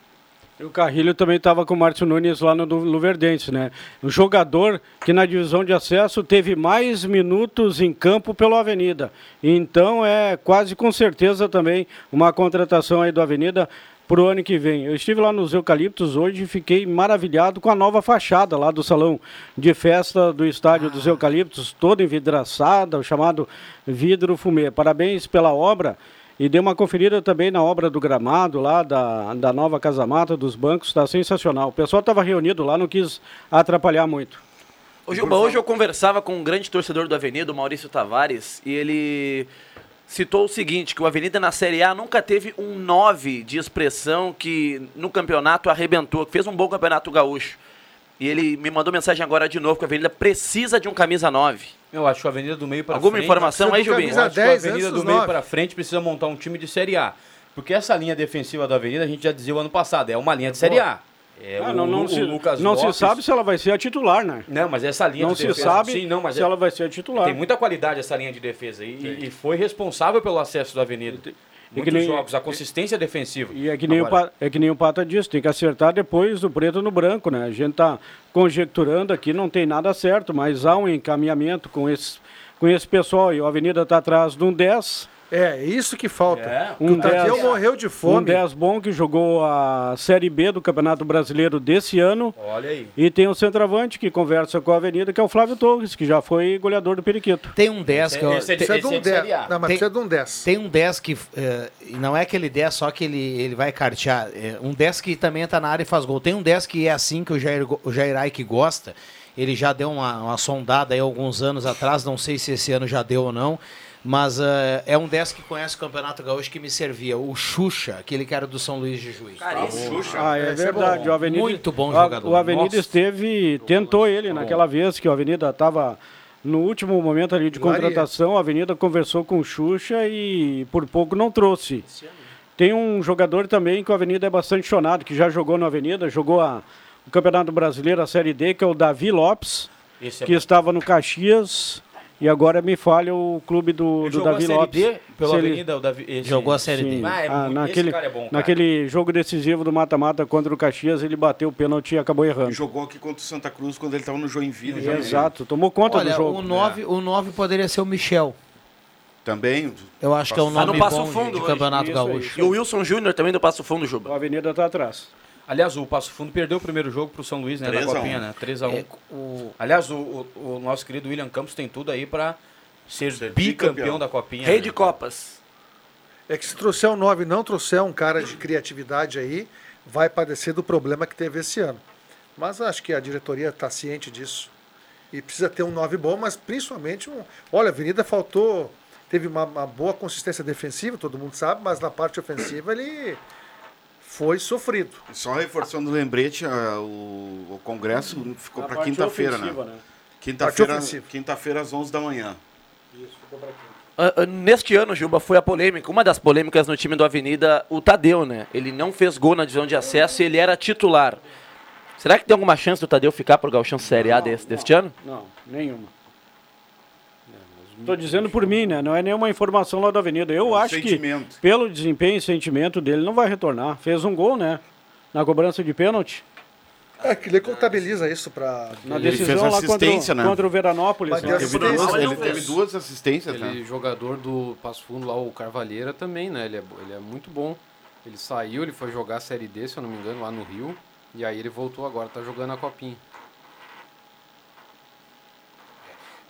[SPEAKER 11] E O Carrilho também estava com o Márcio Nunes lá no Lu- Luverdense, né? Um jogador que na divisão de acesso teve mais minutos em campo pelo Avenida. Então é quase com certeza também uma contratação aí do Avenida para o ano que vem. Eu estive lá nos Eucaliptos hoje e fiquei maravilhado com a nova fachada lá do salão de festa do estádio dos Eucaliptos, toda envidraçada, o chamado vidro fumê. Parabéns pela obra. E dei uma conferida também na obra do gramado lá, da, da nova casamata, dos bancos, está sensacional. O pessoal estava reunido lá, não quis atrapalhar muito.
[SPEAKER 5] Ô, Gilba, hoje eu conversava com um grande torcedor do Avenida, o Maurício Tavares, e ele citou o seguinte, que o Avenida na Série A nunca teve um 9 de expressão que no campeonato arrebentou, que fez um bom campeonato gaúcho. E ele me mandou mensagem agora de novo que o Avenida precisa de um camisa 9.
[SPEAKER 9] Eu acho que a Avenida do Meio para
[SPEAKER 5] Alguma informação aí, Jubinho?
[SPEAKER 9] Eu acho que a
[SPEAKER 7] 10
[SPEAKER 9] Avenida
[SPEAKER 7] antes dos
[SPEAKER 9] do Meio
[SPEAKER 7] nove.
[SPEAKER 9] para frente precisa montar um time de Série A. Porque essa linha defensiva da Avenida, a gente já dizia o ano passado, é uma linha de Série A. É
[SPEAKER 11] Ah,
[SPEAKER 9] o,
[SPEAKER 11] não não
[SPEAKER 9] Lu-
[SPEAKER 11] se,
[SPEAKER 9] o Lucas
[SPEAKER 11] não se
[SPEAKER 9] Lopes.
[SPEAKER 11] sabe se ela vai ser a titular, né?
[SPEAKER 9] Não, mas essa linha
[SPEAKER 11] Não
[SPEAKER 9] de
[SPEAKER 11] se
[SPEAKER 9] defesa.
[SPEAKER 11] sabe
[SPEAKER 9] Sim, não, mas
[SPEAKER 11] se
[SPEAKER 9] é-
[SPEAKER 11] ela vai ser a titular.
[SPEAKER 9] Tem muita qualidade essa linha de defesa. E, e foi responsável pelo acesso da Avenida. Muitos
[SPEAKER 11] nem-
[SPEAKER 9] jogos, a consistência defensiva.
[SPEAKER 11] E é que, nem o
[SPEAKER 9] Agora-
[SPEAKER 11] Pa- é que nem o Pata disse, tem que acertar depois do preto no branco, né? A gente tá conjecturando aqui, não tem nada certo, mas há um encaminhamento com esse, com esse pessoal. E o Avenida está atrás de um 10,
[SPEAKER 7] É, isso que falta.
[SPEAKER 9] É.
[SPEAKER 11] Um
[SPEAKER 7] o Tadeu
[SPEAKER 11] 10.
[SPEAKER 7] morreu de
[SPEAKER 11] um
[SPEAKER 7] fome.
[SPEAKER 11] 10 bom que jogou a Série B do Campeonato Brasileiro desse ano.
[SPEAKER 9] Olha aí.
[SPEAKER 11] E tem um centroavante que conversa com a Avenida, que é o Flávio Torres, que já foi goleador do Periquito.
[SPEAKER 3] Tem um 10 que eu...
[SPEAKER 9] Esse é de-
[SPEAKER 7] Precisa de
[SPEAKER 9] esse é
[SPEAKER 7] um
[SPEAKER 9] de Série
[SPEAKER 7] 10.
[SPEAKER 9] A.
[SPEAKER 7] Não, mas
[SPEAKER 3] Tem-
[SPEAKER 7] precisa de um 10.
[SPEAKER 3] Tem um 10 que. eh, e não é aquele 10 só que ele, ele vai cartear. é um 10 que também entra na área e faz gol. Tem um 10 que é assim que o Jair, go- o Jair Aik gosta. Ele já deu uma, uma sondada aí alguns anos atrás, não sei se esse ano já deu ou não. Mas eh, é um 10 que conhece o Campeonato Gaúcho que me servia. O Xuxa, aquele cara do São Luís de Juiz.
[SPEAKER 11] Ah, é
[SPEAKER 7] esse é
[SPEAKER 11] verdade.
[SPEAKER 7] bom.
[SPEAKER 11] o Avenida,
[SPEAKER 3] Muito bom
[SPEAKER 11] a-
[SPEAKER 3] jogador.
[SPEAKER 11] O Avenida
[SPEAKER 3] Nossa.
[SPEAKER 11] esteve, tentou ele naquela vez que o Avenida estava no último momento ali de
[SPEAKER 7] Laria.
[SPEAKER 11] contratação. A Avenida conversou com o Xuxa e por pouco não trouxe. Tem um jogador também que o Avenida é bastante chonado, que já jogou no Avenida, jogou a- o Campeonato Brasileiro, a Série D, que é o Davi Lopes,
[SPEAKER 9] Esse é
[SPEAKER 11] que
[SPEAKER 9] bom.
[SPEAKER 11] estava no Caxias. E agora me falha o clube do, do
[SPEAKER 9] jogou
[SPEAKER 11] Davi
[SPEAKER 9] a Série
[SPEAKER 11] Lopes.
[SPEAKER 9] D pela
[SPEAKER 11] Se ele-
[SPEAKER 9] Avenida, o Davi, esse-
[SPEAKER 3] Jogou a Série
[SPEAKER 11] Sim.
[SPEAKER 3] D.
[SPEAKER 9] Ah, é
[SPEAKER 11] Ah,
[SPEAKER 9] muito- esse
[SPEAKER 11] naquele,
[SPEAKER 9] cara é bom, cara.
[SPEAKER 11] naquele jogo decisivo do mata-mata contra o Caxias, ele bateu o pênalti e acabou errando.
[SPEAKER 8] Jogou aqui contra o Santa Cruz quando ele tava no Joinville. já
[SPEAKER 11] Exato, tomou conta do
[SPEAKER 3] Olha,
[SPEAKER 11] jogo.
[SPEAKER 3] o
[SPEAKER 5] É.
[SPEAKER 3] 9 o nove poderia ser o Michel.
[SPEAKER 8] veio. Também.
[SPEAKER 3] Eu acho que é um
[SPEAKER 5] Mas não
[SPEAKER 3] nome
[SPEAKER 5] passa
[SPEAKER 3] bom
[SPEAKER 5] o fundo
[SPEAKER 3] de
[SPEAKER 5] hoje.
[SPEAKER 3] Campeonato
[SPEAKER 11] Isso aí.
[SPEAKER 3] Gaúcho.
[SPEAKER 5] E o Wilson Júnior também do Passo Fundo,
[SPEAKER 11] A
[SPEAKER 5] Juba.
[SPEAKER 11] Avenida está atrás.
[SPEAKER 9] Aliás, o Passo Fundo perdeu o primeiro jogo pro São Luís, né? Da
[SPEAKER 7] um.
[SPEAKER 8] 3 a 1.
[SPEAKER 9] Copinha, né? 3x1.
[SPEAKER 8] É,
[SPEAKER 9] Aliás, o, o- o nosso querido William Campos tem tudo aí pra ser, bicampeão,
[SPEAKER 8] bicampeão.
[SPEAKER 9] da Copinha.
[SPEAKER 5] Rei
[SPEAKER 9] né,
[SPEAKER 5] de
[SPEAKER 9] cara?
[SPEAKER 5] Copas.
[SPEAKER 7] É que se trouxer um 9 e não trouxer um cara de criatividade aí, vai padecer do problema que teve esse ano. Mas acho que a diretoria está ciente disso. E precisa ter um 9 bom, mas principalmente um. Olha, a Avenida faltou. Teve uma, uma boa consistência defensiva, todo mundo sabe, mas na parte ofensiva ele foi sofrido.
[SPEAKER 8] Só reforçando o lembrete, ah, o, o congresso ficou
[SPEAKER 7] Na
[SPEAKER 8] para
[SPEAKER 7] parte
[SPEAKER 8] quinta-feira, né?
[SPEAKER 7] ofensiva, né?
[SPEAKER 8] Quinta-feira,
[SPEAKER 7] Parte ofensiva.
[SPEAKER 8] quinta-feira às 11 da manhã.
[SPEAKER 5] Ah, ah, Neste ano, Juba, foi a polêmica, uma das polêmicas no time do Avenida, o Tadeu, né? Ele não fez gol na divisão de acesso e ele era titular. Será que tem alguma chance do Tadeu ficar pro Gauchão Série A desse, deste ano?
[SPEAKER 11] Não, nenhuma. Tô dizendo por mim, né? Não é nenhuma informação lá da Avenida. Eu acho
[SPEAKER 8] É um sentimento.
[SPEAKER 11] que, pelo desempenho e sentimento dele, não vai retornar. Fez um gol, né? Na cobrança de pênalti.
[SPEAKER 7] É que ele contabiliza isso para.
[SPEAKER 11] Na decisão lá contra, o-
[SPEAKER 8] né?
[SPEAKER 11] contra o Veranópolis. né?
[SPEAKER 7] Mas deu assistência.
[SPEAKER 8] assistências, né?
[SPEAKER 10] Aquele jogador do Passo Fundo lá, o Carvalheira, também, né? Ele é, bo- ele é muito bom. Ele saiu, ele foi jogar a Série D, se eu não me engano, lá no Rio. E aí ele voltou agora, tá jogando a Copinha.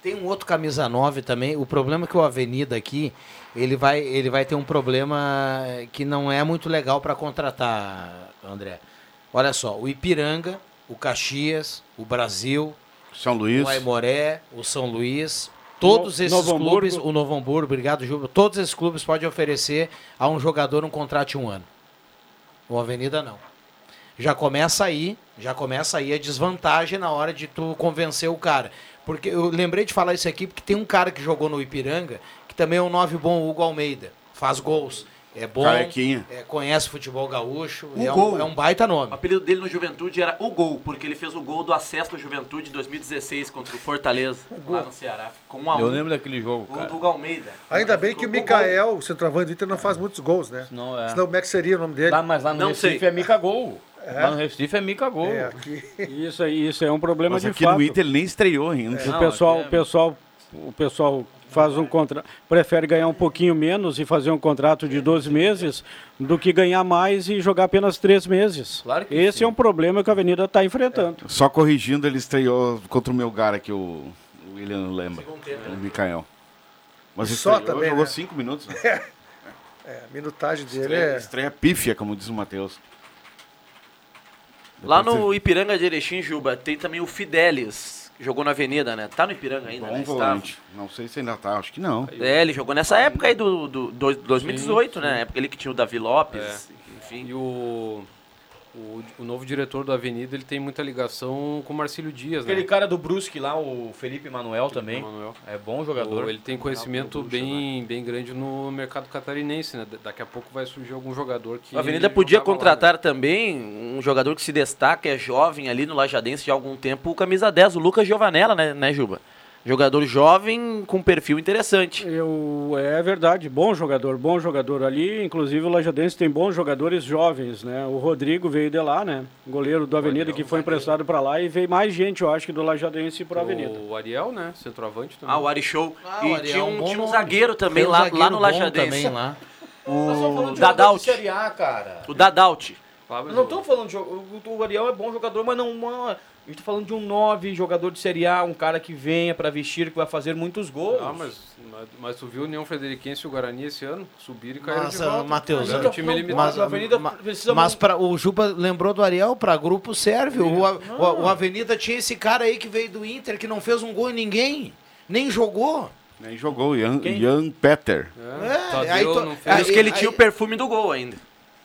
[SPEAKER 3] Tem um outro camisa 9 também. O problema é que o Avenida aqui, ele vai, ele vai ter um problema que não é muito legal para contratar, André. Olha só, o Ipiranga, o Caxias, o Brasil,
[SPEAKER 8] São Luís.
[SPEAKER 3] o Aimoré, o São Luís, todos
[SPEAKER 11] No-
[SPEAKER 3] esses
[SPEAKER 11] Novo
[SPEAKER 3] clubes,
[SPEAKER 11] Hamburgo.
[SPEAKER 3] o Novo Hamburgo, obrigado, Júlio. Todos esses clubes podem oferecer a um jogador um contrato de um ano. O Avenida não. Já começa aí, já começa aí a desvantagem na hora de tu convencer o cara. Porque eu lembrei de falar isso aqui porque tem um cara que jogou no Ipiranga, que também é um nove bom, o Hugo Almeida. Faz gols. É bom.
[SPEAKER 8] Carequinha.
[SPEAKER 3] é, conhece futebol gaúcho.
[SPEAKER 5] O
[SPEAKER 3] É
[SPEAKER 5] Gol.
[SPEAKER 3] um, é um baita nome.
[SPEAKER 5] O apelido dele no Juventude era o Gol, porque ele fez o gol do acesso do Juventude em 2016 contra o Fortaleza, lá no Ceará. Com um a
[SPEAKER 9] Eu
[SPEAKER 5] um.
[SPEAKER 9] lembro daquele jogo,
[SPEAKER 5] Gol
[SPEAKER 9] cara.
[SPEAKER 5] do Galmeida.
[SPEAKER 7] Ainda bem que o Mikael, o centroavante do Inter, não faz muitos gols, né?
[SPEAKER 9] Não é.
[SPEAKER 7] Senão como é que seria o nome dele?
[SPEAKER 9] Lá, mas lá no
[SPEAKER 7] Não
[SPEAKER 9] Recife
[SPEAKER 7] sei.
[SPEAKER 9] é Mica Gol.
[SPEAKER 7] É.
[SPEAKER 9] Lá no Recife é Mica Gol.
[SPEAKER 7] É, aqui.
[SPEAKER 11] Isso, aí, isso aí é um problema
[SPEAKER 8] Mas
[SPEAKER 11] de
[SPEAKER 8] aqui
[SPEAKER 11] fato. É.
[SPEAKER 8] no Inter ele nem estreou ainda.
[SPEAKER 11] O pessoal,
[SPEAKER 10] é-
[SPEAKER 11] o pessoal, o pessoal faz um contrato, prefere ganhar um pouquinho menos e fazer um contrato de 12 meses do que ganhar mais e jogar apenas 3 meses. Esse é um problema que a Avenida está enfrentando.
[SPEAKER 8] Só corrigindo, ele estreou contra o Melgar aqui, o o William lembra.
[SPEAKER 5] né?
[SPEAKER 8] O Mikael. Mas
[SPEAKER 7] E
[SPEAKER 8] estreou,
[SPEAKER 7] só também,
[SPEAKER 8] jogou
[SPEAKER 7] né?
[SPEAKER 8] cinco minutos. Né?
[SPEAKER 7] É, a minutagem dele
[SPEAKER 8] Estreia,
[SPEAKER 7] é.
[SPEAKER 8] estreia pífia, como diz o Matheus.
[SPEAKER 5] Lá no Ipiranga de Erechim, Juba, tem também o Fidelis, que jogou na Avenida, né? Tá no Ipiranga ainda,
[SPEAKER 8] Bom
[SPEAKER 5] né?
[SPEAKER 8] volante. Não sei se ainda tá, acho que não.
[SPEAKER 5] Estava. É, ele jogou nessa época aí do, do, do- 2018, né? Época ele que tinha o Davi Lopes. Enfim.
[SPEAKER 10] É. E o, o, o novo diretor da Avenida, ele tem muita ligação com o Marcílio Dias, né?
[SPEAKER 7] é.
[SPEAKER 9] Aquele cara do Brusque lá, o Felipe Manuel também. É bom jogador.
[SPEAKER 10] Ele tem conhecimento bem, bem grande no mercado catarinense, né? Da- Daqui a pouco vai surgir algum jogador que.
[SPEAKER 5] A Avenida podia
[SPEAKER 10] jogava lá, né?
[SPEAKER 5] contratar também um jogador que se destaca, é jovem ali no Lajadense de algum tempo, o camisa 10, o Lucas Giovanella, né, né, Juba? Jogador jovem com perfil interessante.
[SPEAKER 11] Eu, é verdade, bom jogador, bom jogador ali. Inclusive o Lajadense tem bons jogadores jovens, né? O Rodrigo veio de lá, né? Goleiro do Avenida que foi emprestado para lá e veio mais gente, eu acho, que do Lajadense para a
[SPEAKER 10] né?
[SPEAKER 11] Avenida.
[SPEAKER 10] O Ariel, né? Centroavante também.
[SPEAKER 5] Ah, o Ari Show.
[SPEAKER 10] Ah, o
[SPEAKER 5] e
[SPEAKER 10] Ari é
[SPEAKER 5] tinha
[SPEAKER 10] um
[SPEAKER 5] um,
[SPEAKER 10] bom
[SPEAKER 5] tinha um
[SPEAKER 10] nome.
[SPEAKER 5] zagueiro também
[SPEAKER 10] Tem um
[SPEAKER 5] lá,
[SPEAKER 10] zagueiro
[SPEAKER 5] lá no
[SPEAKER 10] bom
[SPEAKER 5] Lajadense.
[SPEAKER 10] também lá.
[SPEAKER 5] O
[SPEAKER 9] de jogador de
[SPEAKER 5] Dadalt.
[SPEAKER 9] Série A, cara.
[SPEAKER 5] O Dadalt.
[SPEAKER 9] Eu não tô falando de jogo. O Ariel é bom jogador, mas não. Uma... A gente tá falando de um 9, jogador de Série A, um cara que venha pra vestir, que vai fazer muitos gols.
[SPEAKER 10] Ah, mas, mas- mas tu viu o União Frederiquense e o Guarani esse ano? Subiram e caíram de
[SPEAKER 3] Nossa,
[SPEAKER 10] volta.
[SPEAKER 3] Matheus.
[SPEAKER 10] Era um time limitado.
[SPEAKER 3] Mas, ma- mas pra- o Juba lembrou do Ariel, para grupo serve. O, a- o- o Avenida tinha esse cara aí que veio do Inter, que não fez um gol em ninguém, nem jogou.
[SPEAKER 8] Nem jogou, o Ian, Ian Petter.
[SPEAKER 5] É.
[SPEAKER 3] Tadeu aí to- não fez.
[SPEAKER 5] Por isso que ele
[SPEAKER 3] É, aí-
[SPEAKER 5] tinha o perfume do gol ainda.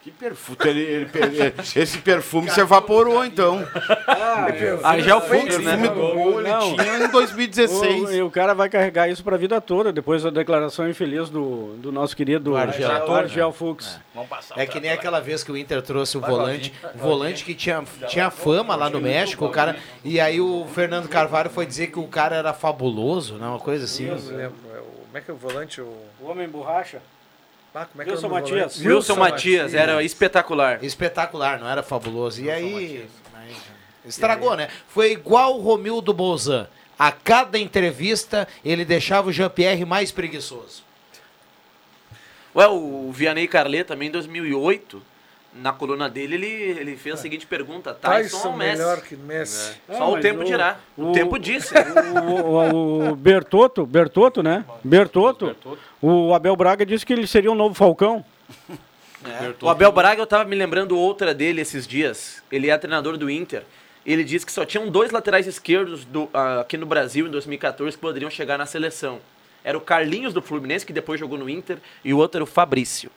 [SPEAKER 8] Que perfume? Ele- ele-
[SPEAKER 5] <laughs>
[SPEAKER 8] ele- esse perfume se evaporou, então. um
[SPEAKER 5] Ah, já é o Fux, né?
[SPEAKER 8] perfume do gol ele
[SPEAKER 11] Não.
[SPEAKER 8] tinha em 2016.
[SPEAKER 11] O, e o cara vai carregar isso pra vida toda, depois da declaração infeliz do, do nosso querido
[SPEAKER 3] Argel.
[SPEAKER 11] Argel, Argel Fux.
[SPEAKER 3] É que nem aquela vez que o Inter trouxe o
[SPEAKER 11] Vai,
[SPEAKER 3] volante,
[SPEAKER 11] Claudinho.
[SPEAKER 3] volante que tinha, tinha fama lá no México, o cara. E aí o Fernando Carvalho foi dizer que o cara era fabuloso, né? Uma coisa assim.
[SPEAKER 7] Eu não lembro. é o- Como é que é o volante? O,
[SPEAKER 11] o Homem Borracha?
[SPEAKER 7] Ah, como é que
[SPEAKER 11] Wilson
[SPEAKER 7] é o nome do
[SPEAKER 11] Matias.
[SPEAKER 7] volante?
[SPEAKER 5] Wilson, Matias, era espetacular.
[SPEAKER 3] Espetacular, não era fabuloso. E aí. mas Estragou, né? Foi igual o Romildo Bolzan. A cada entrevista, ele deixava o Jean-Pierre mais
[SPEAKER 5] Ah,
[SPEAKER 3] preguiçoso.
[SPEAKER 5] Ué, o Vianney Carlet também em 2008, na coluna dele, ele, ele fez a seguinte pergunta: É. Tyson,
[SPEAKER 7] Tyson
[SPEAKER 5] ou Messi?
[SPEAKER 7] melhor que Messi.
[SPEAKER 5] É. Só o tempo dirá. O, tempo <laughs> disse.
[SPEAKER 11] O, o, o Bertotto, Bertotto, né? Bertotto. O Abel Braga disse que ele seria um novo Falcão.
[SPEAKER 5] É. O Abel Braga, eu tava me lembrando outra dele esses dias. Ele é treinador do Inter. Ele disse que só tinham dois laterais esquerdos do- ah, aqui no Brasil em 2014 que poderiam chegar na seleção. Era o Carlinhos do Fluminense, que depois jogou no Inter, e o outro era o Fabrício.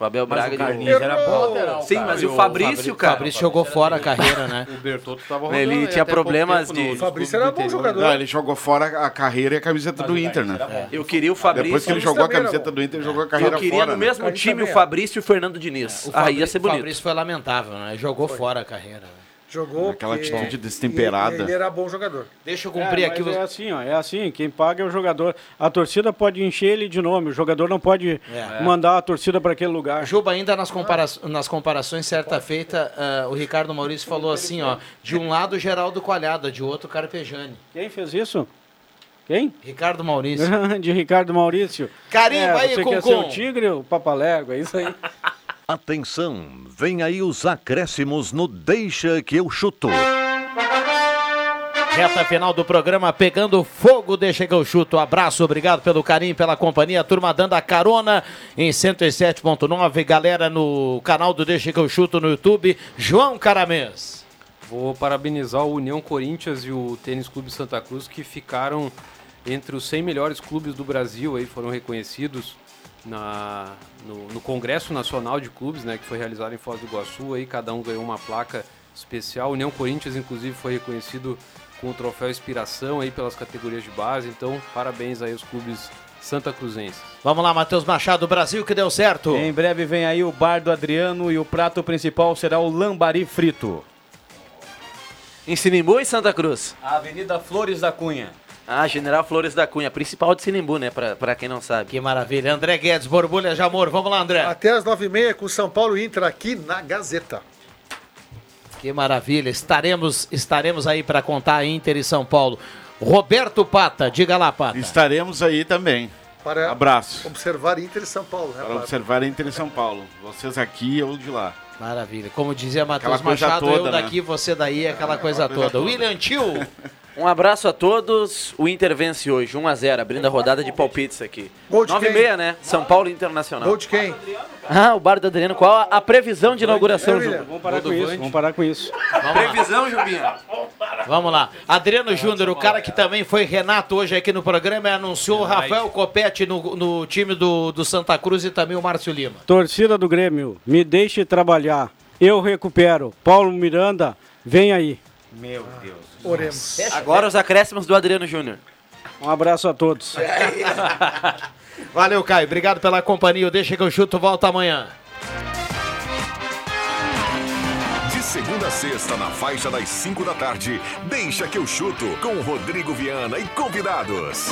[SPEAKER 5] O Abel
[SPEAKER 9] Mas
[SPEAKER 5] Braga
[SPEAKER 9] o Carlinhos
[SPEAKER 10] é
[SPEAKER 9] era bom lateral,
[SPEAKER 5] Sim,
[SPEAKER 9] cara.
[SPEAKER 5] mas
[SPEAKER 9] E
[SPEAKER 5] e o
[SPEAKER 9] o
[SPEAKER 5] Fabrício, cara?
[SPEAKER 3] Fabrício jogou fora a
[SPEAKER 5] <laughs>
[SPEAKER 3] carreira, né?
[SPEAKER 10] O Bertotto tava rodando.
[SPEAKER 5] Ele
[SPEAKER 10] aí
[SPEAKER 5] tinha
[SPEAKER 10] até pouco
[SPEAKER 5] problemas
[SPEAKER 10] tempo no-
[SPEAKER 5] de- né?
[SPEAKER 10] nos
[SPEAKER 5] Fabrício
[SPEAKER 10] clubes
[SPEAKER 5] era
[SPEAKER 10] do
[SPEAKER 5] bom
[SPEAKER 10] interior.
[SPEAKER 5] jogador.
[SPEAKER 8] Não, ele jogou fora a carreira e a camiseta do Inter, né?
[SPEAKER 5] Eu queria o Fabrício.
[SPEAKER 8] Depois que ele jogou a camiseta do Inter, jogou a carreira
[SPEAKER 5] Eu queria
[SPEAKER 8] fora.
[SPEAKER 5] no
[SPEAKER 8] né?
[SPEAKER 5] mesmo time o Fabrício e o Fernando Diniz.
[SPEAKER 3] É, O
[SPEAKER 5] Aí
[SPEAKER 3] Fabri-
[SPEAKER 5] Ah, ia ser bonito.
[SPEAKER 3] O Fabrício foi lamentável, né? Jogou fora a carreira. né?
[SPEAKER 7] Jogou.
[SPEAKER 8] Aquela
[SPEAKER 7] porque
[SPEAKER 8] atitude destemperada.
[SPEAKER 7] Ele, ele era bom jogador.
[SPEAKER 3] Deixa eu
[SPEAKER 11] É, mas é assim, ó, é assim, quem paga é o jogador. A torcida pode encher ele de nome, o jogador não pode
[SPEAKER 3] É.
[SPEAKER 11] mandar a torcida para aquele lugar.
[SPEAKER 3] Juba, ainda nas, compara
[SPEAKER 11] Ah.
[SPEAKER 3] nas comparações, certa feita, ah, o Ricardo Maurício falou assim, ó, de um lado o Geraldo Coalhada, de outro o Carpejani.
[SPEAKER 11] Quem fez isso? Quem? <laughs>
[SPEAKER 3] Ricardo Maurício.
[SPEAKER 11] Grande Ricardo Maurício.
[SPEAKER 3] Carimba
[SPEAKER 11] é,
[SPEAKER 3] aí,
[SPEAKER 11] você
[SPEAKER 3] Concon.
[SPEAKER 11] quer ser o tigre, o papalégua, é isso aí.
[SPEAKER 15] Atenção, vem aí os acréscimos no Deixa que eu chuto.
[SPEAKER 3] Reta final do programa, pegando fogo, deixa que eu chuto. Abraço, obrigado pelo carinho, pela companhia. Turma dando a carona em 107.9. Galera no canal do Deixa que eu chuto no YouTube. João Caramês.
[SPEAKER 10] Vou parabenizar o União Corinthians e o Tênis Clube Santa Cruz que ficaram entre os 100 melhores clubes do Brasil aí foram reconhecidos na no, no Congresso Nacional de Clubes, né, que foi realizado em Foz do Iguaçu, aí cada um ganhou uma placa especial. O União Corinthians inclusive foi reconhecido com o troféu Inspiração aí pelas categorias de base. Então, parabéns aí aos clubes Santa Cruzenses.
[SPEAKER 3] Vamos lá, Matheus Machado, Brasil que deu certo.
[SPEAKER 9] Em breve vem aí o bar do Adriano e o prato principal será o lambari frito.
[SPEAKER 5] Em Sinimbu e Santa Cruz?
[SPEAKER 9] Avenida Flores da Cunha.
[SPEAKER 5] Ah, General Flores da Cunha, principal de Sinimbu, né? Pra, pra quem não sabe.
[SPEAKER 3] Que maravilha. André Guedes, Borbulha de Amor. Vamos lá, André.
[SPEAKER 7] Até às 9h30 com São Paulo e Inter aqui na Gazeta.
[SPEAKER 3] Que maravilha. Estaremos, estaremos aí para contar Inter e São Paulo. Roberto Pata, diga lá, Pata.
[SPEAKER 8] Estaremos aí também.
[SPEAKER 7] Para
[SPEAKER 8] Abraço.
[SPEAKER 7] observar Inter e São Paulo. Né,
[SPEAKER 8] Para
[SPEAKER 7] Bárbara?
[SPEAKER 8] observar entre São Paulo. Vocês aqui, eu de lá.
[SPEAKER 3] Maravilha. Como dizia Matheus
[SPEAKER 8] Aquela coisa
[SPEAKER 3] Machado,
[SPEAKER 8] toda,
[SPEAKER 3] eu
[SPEAKER 8] né? É,
[SPEAKER 3] daqui, você daí, aquela coisa, toda. William Tio.
[SPEAKER 8] <laughs>
[SPEAKER 5] Um abraço a todos. O Inter vence hoje, 1 a 0 abrindo a rodada de palpites aqui.
[SPEAKER 7] Gol de
[SPEAKER 5] 9 e
[SPEAKER 7] quem?
[SPEAKER 5] meia, né? São Paulo e Internacional.
[SPEAKER 7] Gol de quem?
[SPEAKER 5] Ah, o bar do Adriano. Qual a, a previsão de inauguração, Ju?
[SPEAKER 11] Vamos parar com isso, vamos parar com isso.
[SPEAKER 5] Previsão, Jubinha.
[SPEAKER 3] Vamos lá. Adriano Júnior, o cara que também foi Renato hoje aqui no programa, é, anunciou o Rafael Copete no, no time do, do Santa Cruz e também o Márcio Lima.
[SPEAKER 11] Torcida do Grêmio, me deixe trabalhar. Eu recupero. Paulo Miranda, vem aí.
[SPEAKER 5] Meu Deus.
[SPEAKER 7] Oremos.
[SPEAKER 5] Agora os acréscimos do Adriano Júnior.
[SPEAKER 11] Um abraço a todos.
[SPEAKER 3] Valeu, Caio. Obrigado pela companhia. O Deixa que eu chuto, volta amanhã.
[SPEAKER 1] De segunda a sexta, na faixa das 5 da tarde, deixa que eu chuto com Rodrigo Viana e convidados.